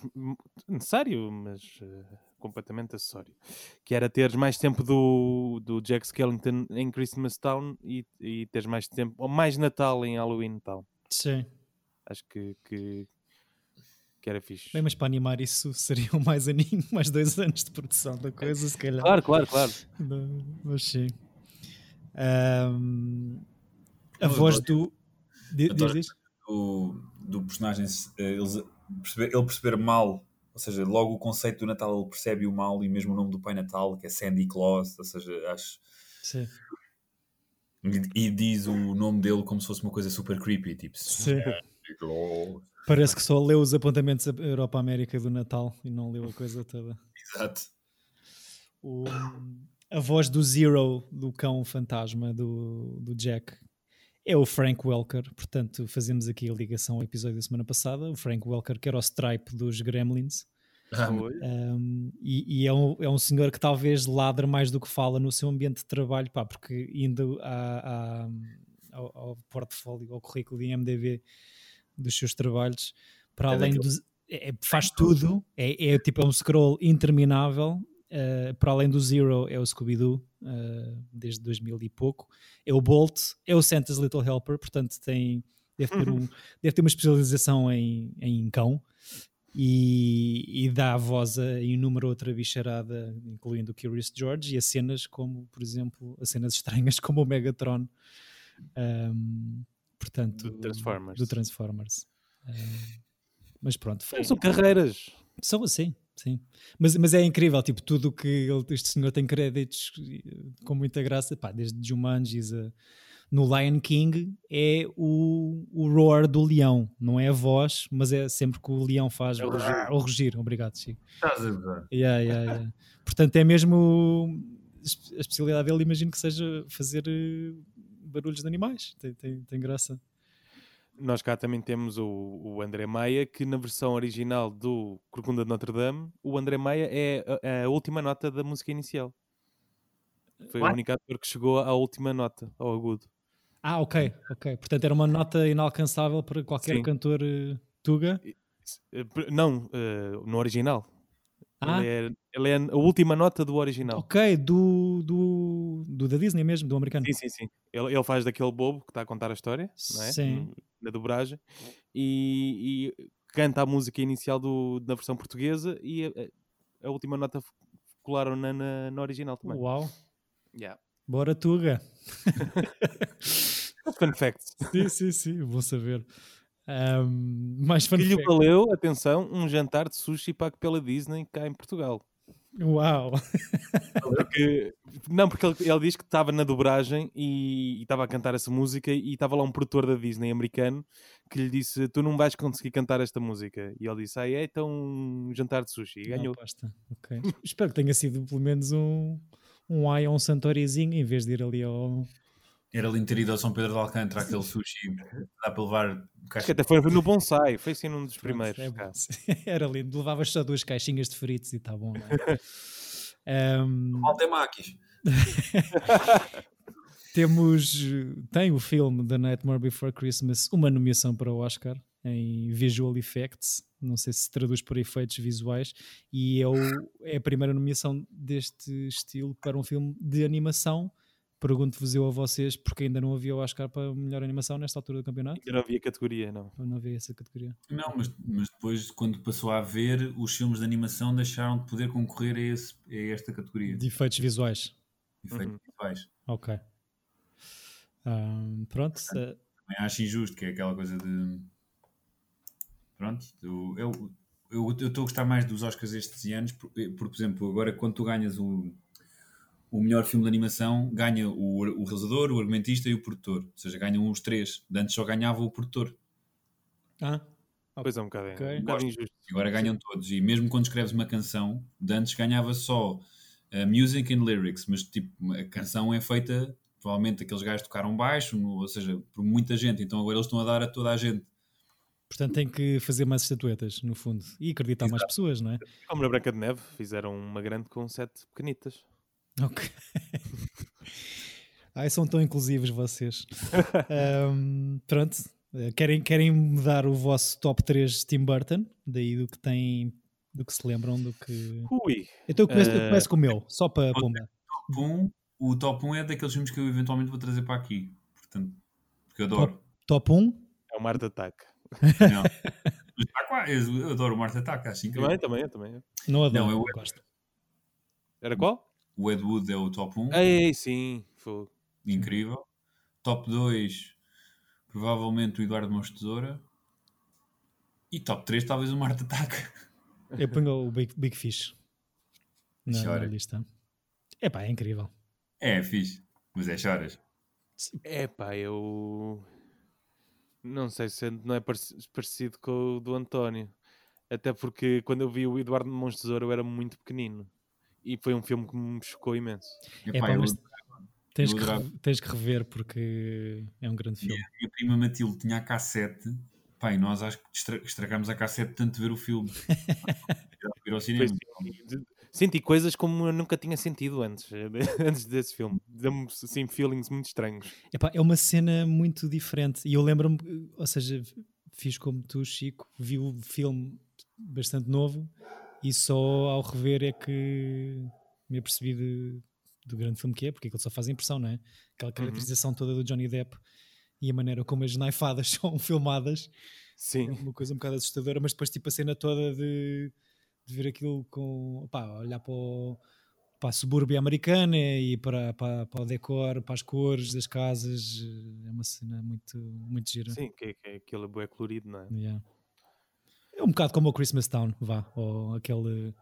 S3: Necessário, mas eh, completamente acessório. Que era teres mais tempo do, do Jack Skellington em Christmas Town e, e teres mais tempo. Ou mais Natal em Halloween Town.
S2: Sim.
S3: Acho que. que, que era fixe.
S2: Bem, mas para animar isso [LAUGHS] seriam mais aninho, mais dois anos de produção da coisa, se calhar.
S3: Claro, claro, claro.
S2: Não, Mas sim. Ahm, a
S5: Mas
S2: voz
S5: adoro-
S2: do. di- Diz,
S5: adoro-
S2: diz?
S5: do, do personagem se- eh, eles perceber, ele perceber mal, ou seja, logo o conceito do Natal ele percebe o mal e mesmo o nome do Pai Natal, que é Sandy Claus, ou seja, acho.
S2: Sim.
S5: E, e diz o nome dele como se fosse uma coisa super creepy, tipo
S2: Sim.
S5: Sandy Claus.
S2: Parece que só leu os apontamentos da Europa-América do Natal e não leu a coisa toda.
S5: Exato.
S2: O- a voz do Zero, do cão fantasma do, do Jack, é o Frank Welker. Portanto, fazemos aqui a ligação ao episódio da semana passada. O Frank Welker, que era o Stripe dos Gremlins.
S5: Ah,
S3: Oi.
S2: [LAUGHS] Um, e e é, um, é um senhor que talvez ladra mais do que fala no seu ambiente de trabalho, pá, porque indo à- à- ao, ao portfólio, ao currículo de MDV dos seus trabalhos, para
S5: É
S2: além
S5: daquele-
S2: dos. é- é- faz tudo, é, é tipo é um scroll interminável Uh, para além do Zero, é o Scooby-Doo, uh, desde 2000 e pouco. É o Bolt, é o Santa's Little Helper, portanto tem, deve, ter
S3: Uhum.
S2: um, deve ter uma especialização em, em cão. E, e dá a voz a inúmera outra bicharada, incluindo o Curious George, e a cenas como, por exemplo, a cenas estranhas como o Megatron. Um, portanto,
S3: Do Transformers.
S2: Do Transformers. Um, mas pronto, foi-
S3: São carreiras.
S2: são assim, sim. Mas, mas é incrível, tipo, tudo o que ele- este senhor tem créditos eh, com muita graça, pá, desde Jumanjis a, no Lion King é o, o roar do leão, não é a voz, mas é sempre que o leão faz
S3: É o rugir.
S2: ou rugir. Obrigado, Chico.
S5: Estás a ver?
S2: Yeah, yeah, yeah. Portanto, é mesmo es- a especialidade dele, imagino que seja fazer eh, barulhos de animais. Tem, tem, tem graça.
S3: Nós cá também temos o, o André Maia, que na versão original do Corcunda de Notre Dame, o André Maia é a- é a, última nota da música inicial. Foi o
S5: What?
S3: único ator que chegou à última nota, ao agudo.
S2: Ah, ok, ok. Portanto, era uma nota inalcançável para qualquer
S3: Sim.
S2: cantor eh, tuga.
S3: Eh, pr- Não, eh, no original.
S2: Ah,
S3: Ele, é, ele é a última nota do original.
S2: ok, do, do, do da Disney mesmo, do americano.
S3: Sim, sim, sim. Ele, ele faz daquele bobo que está a contar a história, não é?
S2: Sim.
S3: Na dobragem. E, e canta a música inicial do, da versão portuguesa e a, a última nota f- colaram na, na, na original também.
S2: Uau,
S3: Yeah.
S2: bora tuga. [LAUGHS]
S3: Fun fact.
S2: sim, sim, sim, vou saber. Ahm, mais fun
S3: Que lhe
S2: fact.
S3: valeu, atenção, um jantar de sushi pago pela Disney cá em Portugal.
S2: Uau,
S3: Porque, não, porque ele, ele diz que estava na dobragem e e estava a cantar essa música e estava lá um produtor da Disney americano que lhe disse, tu não vais conseguir cantar esta música. E ele disse, ah, é, então um jantar de sushi. E ganhou.
S2: Uma aposta, ok. Espero que tenha sido pelo menos um, um ai ou um santorizinho em vez de ir ali ao.
S5: Era ali interido ao São Pedro de Alcântara, aquele sushi que dá para levar
S3: Acho que
S5: caixa
S3: até foi no bonsai, foi assim num dos primeiros.
S2: É bom.
S3: cá.
S2: [LAUGHS] Era lindo, levavas só duas caixinhas de fritos e está bom, não
S3: [LAUGHS]
S2: é? Ahm,
S5: de Altemaquis.
S2: Temos, eh, tem o filme The Nightmare Before Christmas uma nomeação para o Oscar em Visual Effects, não sei se se traduz por efeitos visuais, e é, o- é a primeira nomeação deste estilo para um filme de animação. Pergunto-vos eu a vocês, porque ainda não havia o Oscar para melhor animação nesta altura do campeonato,
S3: Ainda não havia categoria, não.
S2: ou não havia essa categoria?
S5: Não, mas, mas depois, quando passou a haver, os filmes de animação deixaram de poder concorrer a, esse- a esta categoria.
S2: De efeitos visuais,
S5: Efeitos visuais.
S2: ok. Ahm, pronto, eh,
S5: Também acho injusto, que é aquela coisa de. Pronto, eu eu- eu- eu estou a gostar mais dos Oscars estes anos, porque, por exemplo, agora quando tu ganhas o, o melhor filme de animação, ganha o, o realizador, o argumentista e o produtor. Ou seja, ganham os três. De Antes só ganhava o produtor.
S2: ah,
S3: Pois é, um bocado,
S2: Ok.
S3: um bocado injusto.
S5: E Agora ganham todos. E mesmo quando escreves uma canção, de antes ganhava só eh, music and lyrics, mas tipo, a canção é feita, provavelmente aqueles gajos tocaram baixo, no- ou seja, por muita gente. Então agora eles estão a dar a toda a gente.
S2: portanto tem que fazer mais estatuetas, no fundo, e acreditar mais pessoas, não é?
S3: Como na Branca de Neve, fizeram uma grande com sete pequenitas.
S2: Ok. [LAUGHS] Ai, são tão inclusivos vocês. Ahm, pronto. Eh, Querem, querem mudar o vosso top 3 Tim Burton? Daí do que têm, do que se lembram, do que.
S3: Ui,
S2: Então eu começo, eu
S3: Eh,
S2: começo com o meu, só para pomba.
S5: Top 1, o top 1 é daqueles filmes que eu eventualmente vou trazer para aqui. Portanto, porque eu adoro.
S2: Top 1?
S3: é um art attack.
S5: Não. Mas está Ah, quase. Eu adoro o Marte Attack, acho incrível.
S3: Também, também, eu também.
S2: Não adoro,
S5: Não, eu-
S2: não gosto.
S3: Era qual?
S5: O Ed Wood é o top 1,
S3: Ei, sim. Fogo.
S5: incrível. Top 2, provavelmente o Eduardo Mons Tesoura. E top 3, talvez o Marte Attack.
S2: Eu ponho o Big, Big Fish na, na
S5: Chora.
S2: lista. Epá, é incrível.
S5: [LAUGHS] É, fixe. Mas é choras.
S3: É pá, eu. Não sei se não é parec- parecido com o do António. Até porque quando eu vi o Eduardo Mons Tesouro eu era muito pequenino. E foi um filme que me chocou imenso.
S5: Epá,
S2: Epá,
S5: eu-
S2: mas tens,
S5: eu
S2: que,
S5: adorava.
S2: re- tens que rever porque é um grande filme.
S5: A minha prima Matilde tinha a cassete. Pá, e nós acho que estra- estragamos a cassete de tanto ver
S2: [LAUGHS]
S5: o filme. Já ir ao
S3: Foi
S5: cinema.
S3: assim, de- Senti coisas como eu nunca tinha sentido antes, [LAUGHS] antes desse filme. Deu-me assim, feelings muito estranhos.
S2: Epá, é uma cena muito diferente. E eu lembro-me, ou seja, fiz como tu, Chico, vi o filme bastante novo e só ao rever é que me apercebi de- do grande filme que é, porque aquilo só faz impressão, não é? Aquela caracterização toda do Johnny Depp e a maneira como as naifadas [LAUGHS] são filmadas é
S3: Sim.
S2: uma coisa um bocado assustadora, mas depois tipo a cena toda de, de ver aquilo com pá, olhar para, o, para a subúrbia americana e para, para, para o decor, para as cores das casas, eh, é uma cena muito, muito gira.
S3: Sim, que, que aquele é bué colorido, não é?
S2: Yeah. É um bocado como o Christmas Town, vá, ou aquele.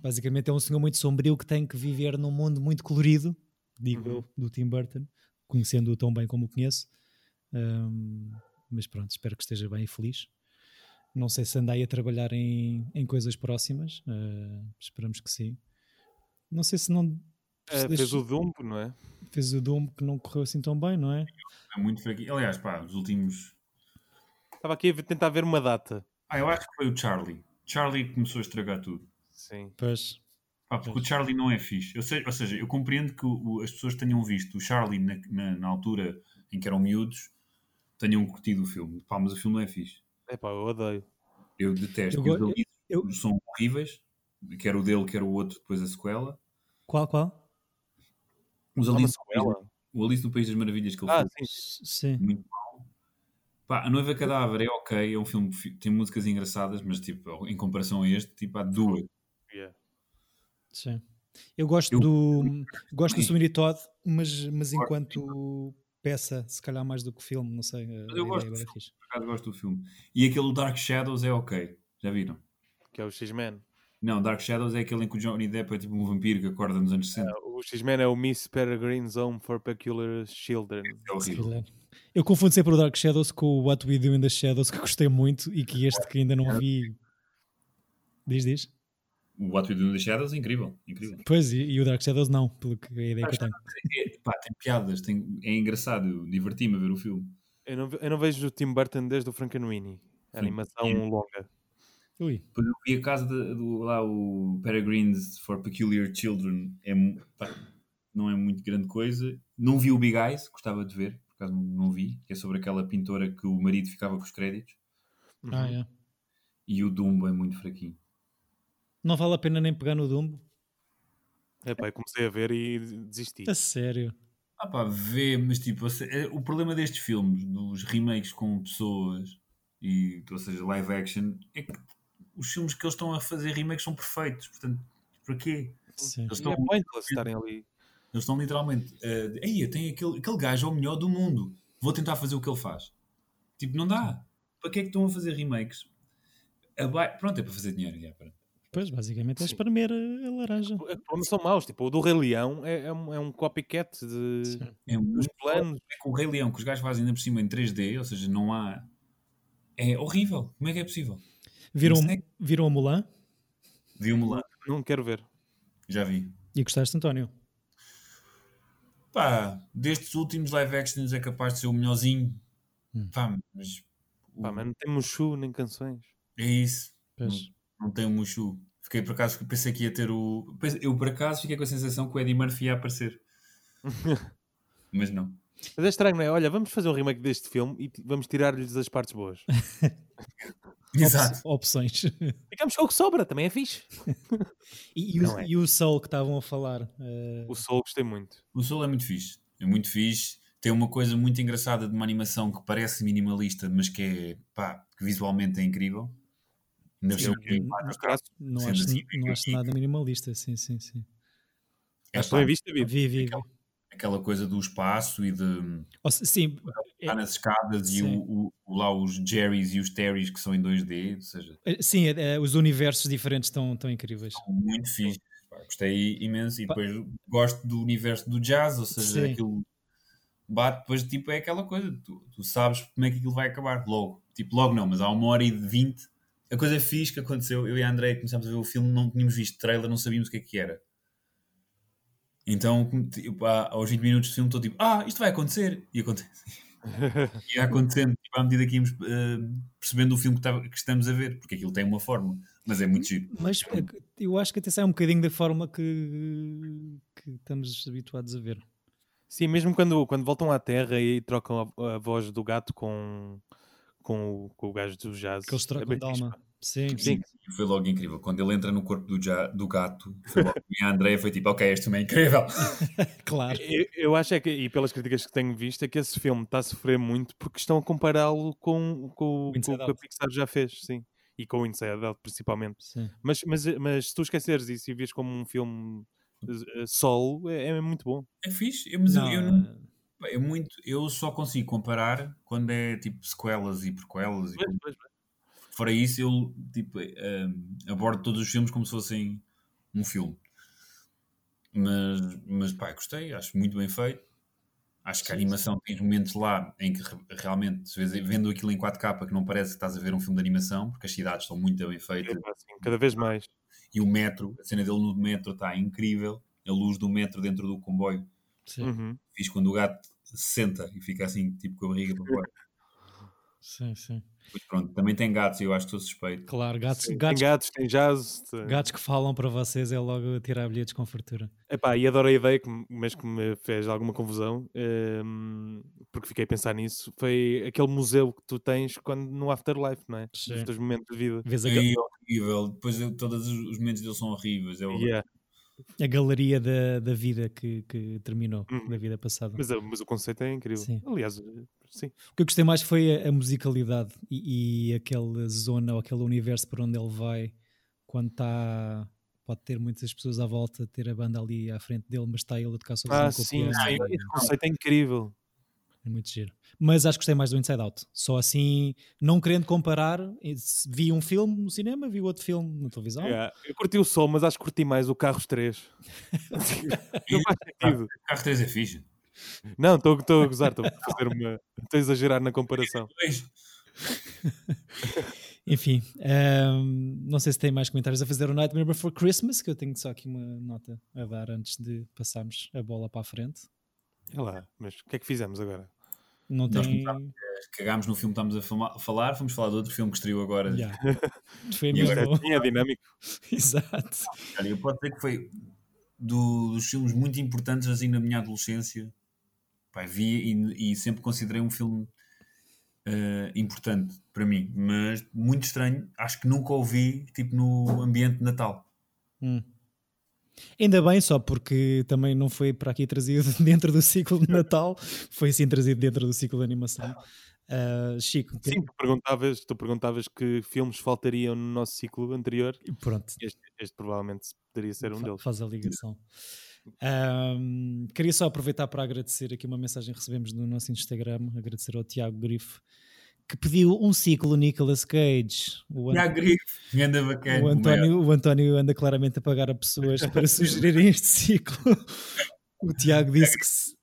S2: Basicamente é um senhor muito sombrio que tem que viver num mundo muito colorido, digo eu, do Tim Burton, conhecendo-o tão bem como o conheço. Ahm, mas pronto, espero que esteja bem e feliz. Não sei se andai a trabalhar em, em coisas próximas, ah, esperamos que sim. Não sei se não. se
S3: Ah, fez
S2: deixou-
S3: o Dumbo, não é?
S2: fez o Doom que não correu assim tão bem, não é?
S5: É muito fraquinho. Aliás, pá, os últimos.
S3: Estava aqui a ver- tentar ver uma data.
S5: Ah, eu acho que foi o Charlie. Charlie que começou a estragar tudo.
S3: Sim.
S2: Pois.
S5: Pá, porque
S2: Pois.
S5: o Charlie não é fixe. Eu sei- ou seja, eu compreendo que o- o- as pessoas tenham visto o Charlie na, na- na altura em que eram miúdos, tenham curtido o filme. Pá, mas o filme não é fixe.
S3: Epá, eu odeio.
S5: Eu detesto.
S2: Eu
S5: Os
S2: go-
S5: alísios
S2: eu-
S5: são horríveis. Quer o dele, quer o outro, depois a sequela.
S2: Qual, qual?
S5: Os
S3: Há uma
S5: alísios,
S3: sequela.
S5: o Alice no País das Maravilhas que ele
S3: Ah,
S5: fez.
S3: sim.
S2: Sim.
S5: Muito mal. Pá, a Noiva Cadáver é ok, é um filme que fi- tem músicas engraçadas, mas tipo, em comparação a este, tipo, há duas.
S3: yeah.
S2: Sim. Eu gosto
S5: Eu-
S2: do gosto do
S5: Sim.
S2: Sweeney Todd, mas, mas
S5: Gosto.
S2: enquanto peça, se calhar mais do que filme, não sei. a
S5: Mas eu
S2: ideia
S5: gosto
S2: era
S5: do filme.
S2: fixe.
S5: Por acaso gosto do filme. E aquele Dark Shadows é ok, já viram?
S3: Que é o X-Men.
S5: Não, Dark Shadows é aquele em que o Johnny Depp é tipo um vampiro que acorda nos anos 60.
S3: O X-Men é o Miss Peregrine's Home for Peculiar Children.
S5: É horrível.
S2: Eu confundo sempre o Dark Shadows com o What We Do in the Shadows, que gostei muito e que este que ainda não vi. Diz, diz.
S5: O What We Do in the Shadows é incrível, incrível.
S2: Pois, e, e o Dark Shadows não, pelo que a ideia que eu tenho.
S5: É, pá, tem piadas, tem, é engraçado, eu diverti-me a ver o filme.
S3: Eu não, ve- eu não vejo o Tim Burton desde o Frankenweenie. A animação
S5: Sim.
S3: longa.
S2: Ui,
S5: Depois eu vi a casa de- do, lá, o Peregrines for Peculiar Children, é, mu- pá, não é muito grande coisa. Não vi o Big Eyes, gostava de ver, por acaso não vi, que é sobre aquela pintora que o marido ficava com os créditos. Uhum.
S2: ah,
S3: Uhum.
S2: é.
S5: E o Dumbo é muito fraquinho.
S2: Não vale a pena nem pegar no Dumbo.
S3: Epá, eu comecei a ver e desisti.
S2: A sério.
S5: Ah pá, vê, mas tipo, a se- é- o problema destes filmes, dos remakes com pessoas, e, ou seja, live action, é que os filmes que eles estão a fazer remakes são perfeitos, portanto, para quê?
S2: Sim.
S5: Eles
S3: E é
S5: estão,
S3: pointless estarem ali.
S5: eles estão literalmente, eh, de, ei, tem aquele, aquele gajo é o melhor do mundo, vou tentar fazer o que ele faz. Tipo, não dá. Para que é que estão a fazer remakes? Aba- Pronto, é para fazer dinheiro, já, pronto.
S2: Pois, basicamente é
S3: Sim.
S2: espremer a a laranja.
S3: É que Como são maus, tipo, o do Rei Leão é, é um, é um copycat de
S2: Sim.
S5: É um
S3: dos planos.
S5: é com o Rei Leão, que os gajos fazem ainda por cima em 3D, ou seja, não há... É horrível. Como é que é possível?
S2: Viram,
S5: Isso é-
S2: viram a Mulan?
S5: Vi o Mulan,
S3: Não quero ver.
S5: já vi.
S2: E gostaste, António?
S5: Pá, destes últimos live actions é capaz de ser o melhorzinho.
S2: Hum.
S5: Pá, mas. o-
S3: Pá, mas não tem Mushu nem canções.
S5: É isso.
S2: Pois.
S5: Não tem o Mushu. Fiquei por acaso, pensei que ia ter o. pense- Eu por acaso fiquei com a sensação que o Eddie Murphy ia
S3: [LAUGHS]
S5: aparecer. mas não.
S3: Mas é estranho, não é? Olha, vamos fazer um remake deste filme e t- vamos tirar-lhes as partes boas.
S5: Exato.
S2: Op- opções.
S3: Ficamos com o que sobra, também é fixe.
S2: E, e o,
S3: Não é.
S2: e o Soul que estavam a falar? eh,
S3: O Sol gostei muito.
S5: O Soul é muito fixe. É muito fixe. Tem uma coisa muito engraçada de uma animação que parece minimalista, mas que é. pá, que visualmente é incrível. Ainda por
S3: Sim,
S5: cima que é
S2: eu-
S5: quatro
S3: Ah, Os traços.
S2: não,
S5: sendo
S2: acho,
S5: assim,
S2: não acho nada minimalista, sim, sim, sim.
S5: É,
S3: Acho que também
S5: pá,
S3: viste, David.
S2: Vi, vi, vi.
S5: aquela coisa do espaço e de.
S2: Ou se- sim,
S5: está nas escadas
S2: Sim.
S5: e o, o- o- lá os Jerrys e os Terrys que são em 2D, ou seja,
S2: eh, sim eh, os universos diferentes estão, estão incríveis.
S5: muito fixe. Pá, gostei imenso e depois gosto do universo do jazz, ou seja,
S2: Sim.
S5: aquilo bate, depois tipo é aquela coisa, tu, tu sabes como é que aquilo vai acabar logo. Tipo, logo não, mas há uma hora e vinte. A coisa fixe que aconteceu, eu e a André começámos a ver o filme, não tínhamos visto trailer, não sabíamos o que é que era. Então, como, tipo, há- aos 20 minutos do filme, estou tipo, ah, isto vai acontecer! E acontece. ia acontecendo tipo, à medida que íamos eh, percebendo o filme que, tava- que estamos a ver, porque aquilo tem uma forma, mas é muito giro.
S2: Mas eh, eu acho que até sai um bocadinho da forma que, que estamos habituados a ver.
S3: Sim, mesmo quando, quando voltam à Terra e trocam a, a voz do gato com, com, o, com o gajo do jazz.
S2: Que eles
S3: é
S2: trocam
S3: bem
S2: de
S3: fixe,
S2: alma.
S3: pá.
S2: Sim,
S3: Sim.
S5: E foi logo incrível. Quando ele entra no corpo do, ja- do gato, foi logo, e a Andrea foi tipo, ok, este filme é incrível.
S2: claro.
S3: Eu, eu acho é que, e pelas críticas que tenho visto, é que esse filme está a sofrer muito porque estão a compará-lo com, com, o- com
S2: Inside
S3: o que a
S2: Out.
S3: Pixar já fez, sim. E com o Inside Out, principalmente.
S2: Sim.
S3: Mas, mas, mas se tu esqueceres isso e vês como um filme eh, solo, é, é muito bom.
S5: [LAUGHS] É fixe, mas
S2: Não, eh,
S5: eu, eu não- pá, é muito, eu só consigo comparar quando é tipo sequelas e prequelas. E,
S3: Mas- mas-
S5: fora isso, eu tipo, eh, abordo todos os filmes como se fossem um filme. Mas, mas pá, gostei, acho muito bem feito. Acho que a animação tem momentos lá em que re- realmente, às vezes, vendo aquilo em 4K, que não parece que estás a ver um filme de animação, porque as cidades estão muito bem feitas.
S3: é assim, cada vez mais.
S5: E o metro, a cena dele no metro está incrível. A luz do metro dentro do comboio.
S2: sim,
S3: Uhum.
S5: Fiz quando o gato se senta e fica assim, tipo com a barriga para fora.
S2: sim, sim.
S5: Pois pronto, também tem gatos e eu acho que estou suspeito.
S2: Claro, gatos,
S3: Sim,
S2: gatos,
S3: Tem gatos, tem jazz. tem-
S2: gatos que falam para vocês é logo tirar bilhetes com fartura.
S3: Epá, e adoro a ideia, que me- mas que me fez alguma confusão, ehm, porque fiquei a pensar nisso. Foi aquele museu que tu tens quando no Afterlife, não é? Dos
S2: Sim.
S3: teus momentos de vida.
S2: Vês a, ga-
S5: E é horrível. Depois eu- todos os os momentos dele são horríveis. É horrível.
S3: Yeah.
S2: a galeria da, da vida que, que terminou,
S3: Uhum.
S2: da vida passada.
S3: Mas, a- mas o conceito é incrível.
S2: Sim.
S3: Aliás, eh, sim.
S2: O que eu gostei mais foi a, a musicalidade e, e aquela zona ou aquele universo para onde ele vai quando está. Pode ter muitas pessoas à volta, ter a banda ali à frente dele, mas está ele a tocar sozinho
S3: Ah,
S2: com o
S3: sim,
S2: piano.
S3: sim. Esse conceito é incrível.
S2: É muito giro. Mas acho que gostei mais do Inside Out. Só assim, não querendo comparar, e se vi um filme no cinema, vi outro filme na televisão.
S3: Yeah. Eu curti o som, mas acho que curti mais o
S2: [LAUGHS]
S3: Carros 3. Não faz sentido.
S5: Carro 3 é fixe.
S3: Não, estou a gozar, estou a fazer uma. Estou a exagerar na comparação.
S5: Pois.
S2: Enfim, ahm, não sei se tem mais comentários a fazer o Nightmare Before Christmas, que eu tenho só aqui uma nota a dar antes de passarmos a bola para a frente.
S3: É lá, mas o que é que fizemos agora?
S2: Não
S5: Nós
S2: tem.
S5: Cagámos no filme que estamos a fama- falar. Fomos falar de outro filme que estreou agora.
S3: [LAUGHS]
S2: Yeah. Foi
S5: E agora-
S2: mesmo. [LAUGHS]
S3: Sim, é dinâmico.
S2: Exato.
S5: Olha, eu posso dizer que foi do- dos filmes muito importantes assim na minha adolescência. Pá, vi e, e sempre considerei um filme eh, importante para mim, mas muito estranho. Acho que nunca ouvi tipo no ambiente de Natal.
S2: Hum. Ainda bem, só porque também não foi para aqui trazido [LAUGHS] dentro do ciclo de Natal, foi sim trazido dentro do ciclo de animação. Ah, Chico,
S3: Sim, tu perguntavas, tu perguntavas que filmes faltariam no nosso ciclo anterior.
S2: pronto,
S3: Este, este provavelmente poderia ser um
S2: Fa-
S3: deles.
S2: Faz a ligação. Ahm, queria só aproveitar para agradecer aqui uma mensagem que recebemos no nosso Instagram, agradecer ao Tiago Grifo, que pediu um ciclo Nicolas Cage. O, An-
S5: E há grifo, anda bacana.
S2: o António, o António anda claramente a pagar a pessoas
S5: [LAUGHS]
S2: para sugerirem este ciclo. O Tiago disse que se,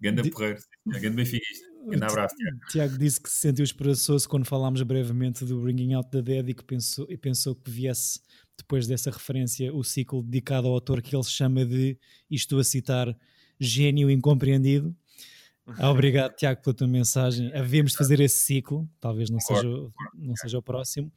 S5: Ganda porreiro, ganda benfiquista. Grande abraço, Tiago.
S2: Tiago disse que se sentiu esperançoso quando falámos brevemente do Bringing Out the Dead e que pensou, e pensou que viesse depois dessa referência o ciclo dedicado ao autor que ele chama de, e estou a citar, gênio incompreendido. Ah, Obrigado, Tiago, pela tua mensagem. Havemos de fazer esse ciclo, talvez não seja, o- não seja o próximo,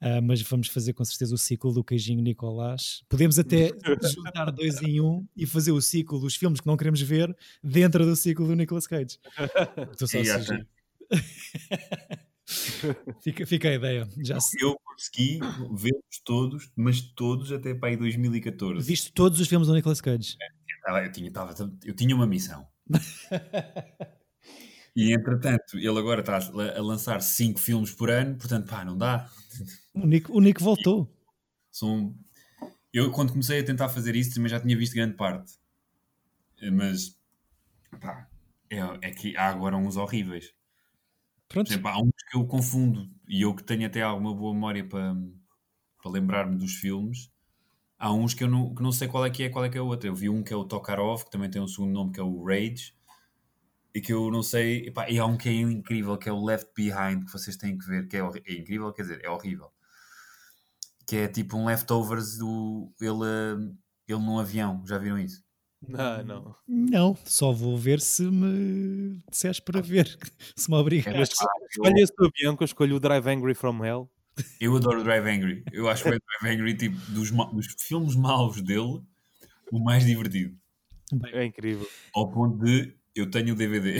S2: ah, mas vamos fazer com certeza o ciclo do Queijinho Nicolás. Podemos até juntar dois em um e fazer o ciclo dos filmes que não queremos ver dentro do ciclo do Nicolas Cage. Estou só a
S5: E há
S2: sugerir. Fica, fica a ideia. Já se-
S5: Eu consegui vê-los todos, mas todos até para aí 2014.
S2: viste todos os filmes do Nicolas Cage.
S5: Ah, Eu tinha, tava- eu tinha uma missão. E entretanto, ele agora está a la- a lançar 5 filmes por ano, portanto, pá, não dá.
S2: O Nico, o Nico voltou.
S5: São... Eu, quando comecei a tentar fazer isso, também já tinha visto grande parte. Eh, Mas, pá, é, é que há agora uns horríveis. Por
S2: Pronto.
S5: exemplo, há uns que eu confundo e eu que tenho até alguma boa memória para, para lembrar-me dos filmes. Há uns que eu não, que não sei qual é que é, qual é que é o outro. Eu vi um que é o Tokarov, que também tem um segundo nome que é o Rage, e que eu não sei. epá, e há um que é incrível, que é o Left Behind, que vocês têm que ver, que é, horri- é incrível, quer dizer, é horrível. Que é tipo um leftovers do. Ele, eh, ele num avião, já viram isso?
S3: Não, Ah, não.
S2: Não, só vou ver se me disseres para ver. Se me
S5: É, mas
S2: obrigares.
S3: Escolha esse do avião que eu escolho o Drive Angry from Hell.
S5: Eu adoro o Drive Angry. Eu acho que o Drive Angry, tipo, dos, ma- dos filmes maus dele, o mais divertido.
S3: É incrível.
S5: Ao ponto de eu tenho o DVD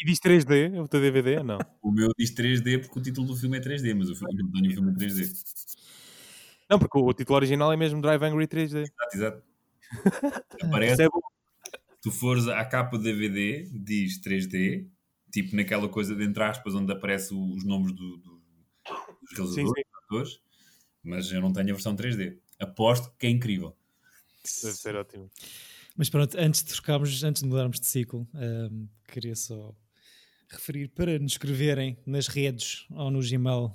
S3: E diz 3D, o teu DVD? Não.
S5: [LAUGHS] O meu diz 3D porque o título do filme é 3D, mas o filme eu não tenho o filme em 3D.
S3: Não, porque o, o título original é mesmo Drive Angry 3D.
S5: Exato, exato. Aparece,
S3: Isso é bom.
S5: tu fores à capa do DVD, diz 3D, tipo naquela coisa de entre aspas onde aparece o- os nomes do- do- dos realizadores,
S3: Sim, sim.
S5: dos atores, mas eu não tenho a versão 3D. Aposto que é incrível.
S3: Deve ser ótimo.
S2: Mas pronto, antes de trocarmos, antes de mudarmos de ciclo, ahm, queria só referir para nos escreverem nas redes ou no Gmail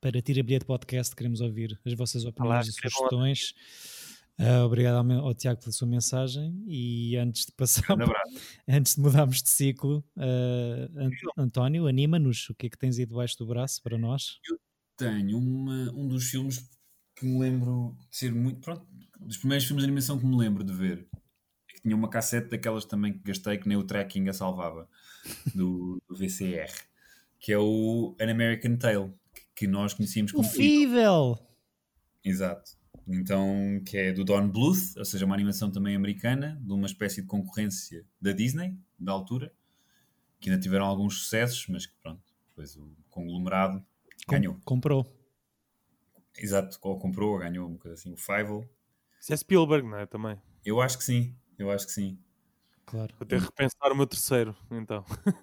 S2: para Tira Bilhete Podcast, queremos ouvir as vossas opiniões e
S3: escrevam
S2: sugestões. Ah, obrigado ao, me- ao Tiago pela sua mensagem e antes de
S3: Então,
S2: passar,
S5: Um abraço.
S2: antes de mudarmos de ciclo, ah, An- António, anima-nos, o que é que tens aí debaixo do braço para nós?
S5: Tenho uma- um dos filmes que me lembro de ser muito. Pronto, dos primeiros filmes de animação que me lembro de ver. É que tinha uma cassete daquelas também que gastei, que nem o tracking a salvava, do, do VCR, que é o An American Tale, que, que nós conhecíamos
S2: O
S5: como Fever.
S2: Fível!
S5: Exato. Então, que é do Don Bluth, ou seja, uma animação também americana, de uma espécie de concorrência da Disney, da altura, que ainda tiveram alguns sucessos, mas que pronto, depois o conglomerado
S2: Com-
S5: ganhou.
S2: Comprou.
S5: Exato, ou comprou, ou ganhou, uma coisa assim, o Fivel.
S3: Isso é Spielberg, não é? Também.
S5: Eu acho que sim, eu acho que sim.
S2: Claro.
S3: Vou ter que repensar o meu terceiro, então.
S5: A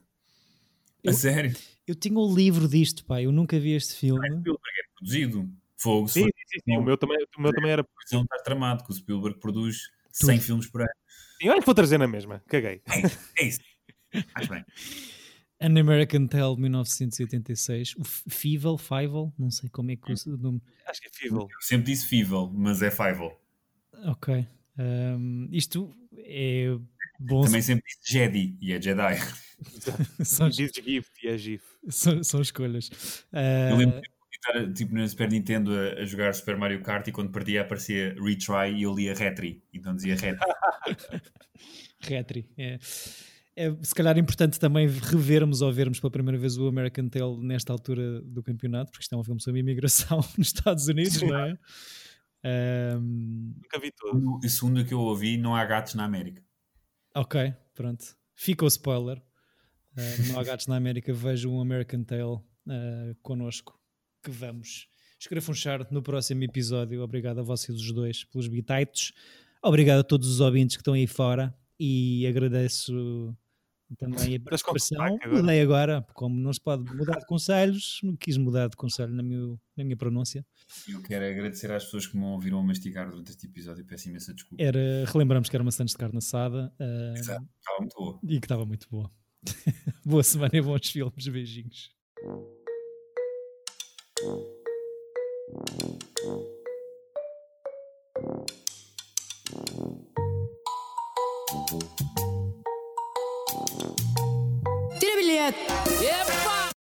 S2: Eu-
S5: sério,
S2: Eu tinha o livro disto, pá, eu nunca vi este filme.
S5: Spielberg é produzido. Fogo, se
S3: Sim,
S5: for
S3: sim, é um sim. O meu também, o meu também era.
S5: produção, estás tramado, que o Spielberg produz 100
S2: Tudo.
S5: filmes por ano.
S3: Sim, olha que vou trazer na mesma. [LAUGHS] Caguei.
S5: É isso. Acho bem.
S2: An American Tale 1986. O F- Fivel, Fivel, não sei como é que o nome.
S3: Acho que é Fível.
S5: Eu sempre disse Fivel, mas é Fivel.
S2: Ok. Ahm, isto é bom.
S5: Também sempre disse Jedi, e é Jedi.
S2: [LAUGHS] são,
S3: E diz GIF e é GIF.
S2: são- são escolhas. Ah,
S5: Eu lembro estar tipo, na Super Nintendo a, a jogar Super Mario Kart e quando perdia aparecia retry e eu lia retry. Então dizia
S2: Ah.
S5: retry.
S2: Retri. É. É, se calhar importante também revermos ou vermos pela primeira vez o American Tale nesta altura do campeonato, porque isto é um filme sobre imigração [LAUGHS] nos Estados Unidos, não é? Ahm,
S3: Nunca vi todo.
S5: Segundo- E segundo o que eu ouvi, não há gatos na América.
S2: Ok, pronto. Fica o spoiler. Uh, não há gatos na América, vejo um American Tale uh, connosco que vamos escrafunchar no próximo episódio. Obrigado a vocês os dois pelos bitites. Obrigado a todos os ouvintes que estão aí fora e agradeço também a
S3: Mas com
S2: participação.
S3: sotaque agora.
S2: Mudei agora, como não se pode mudar de conselhos, quis mudar de conselho na, meu- na minha pronúncia.
S5: Eu quero agradecer às pessoas que me ouviram a mastigar durante este episódio. Peço imensa desculpa.
S2: Era, relembramos que era uma Santos de carne assada uh,
S5: Exato. Estava muito boa.
S2: e que estava muito boa. [LAUGHS] boa semana e bons filmes. Beijinhos.
S1: Tira bilhete! Epá!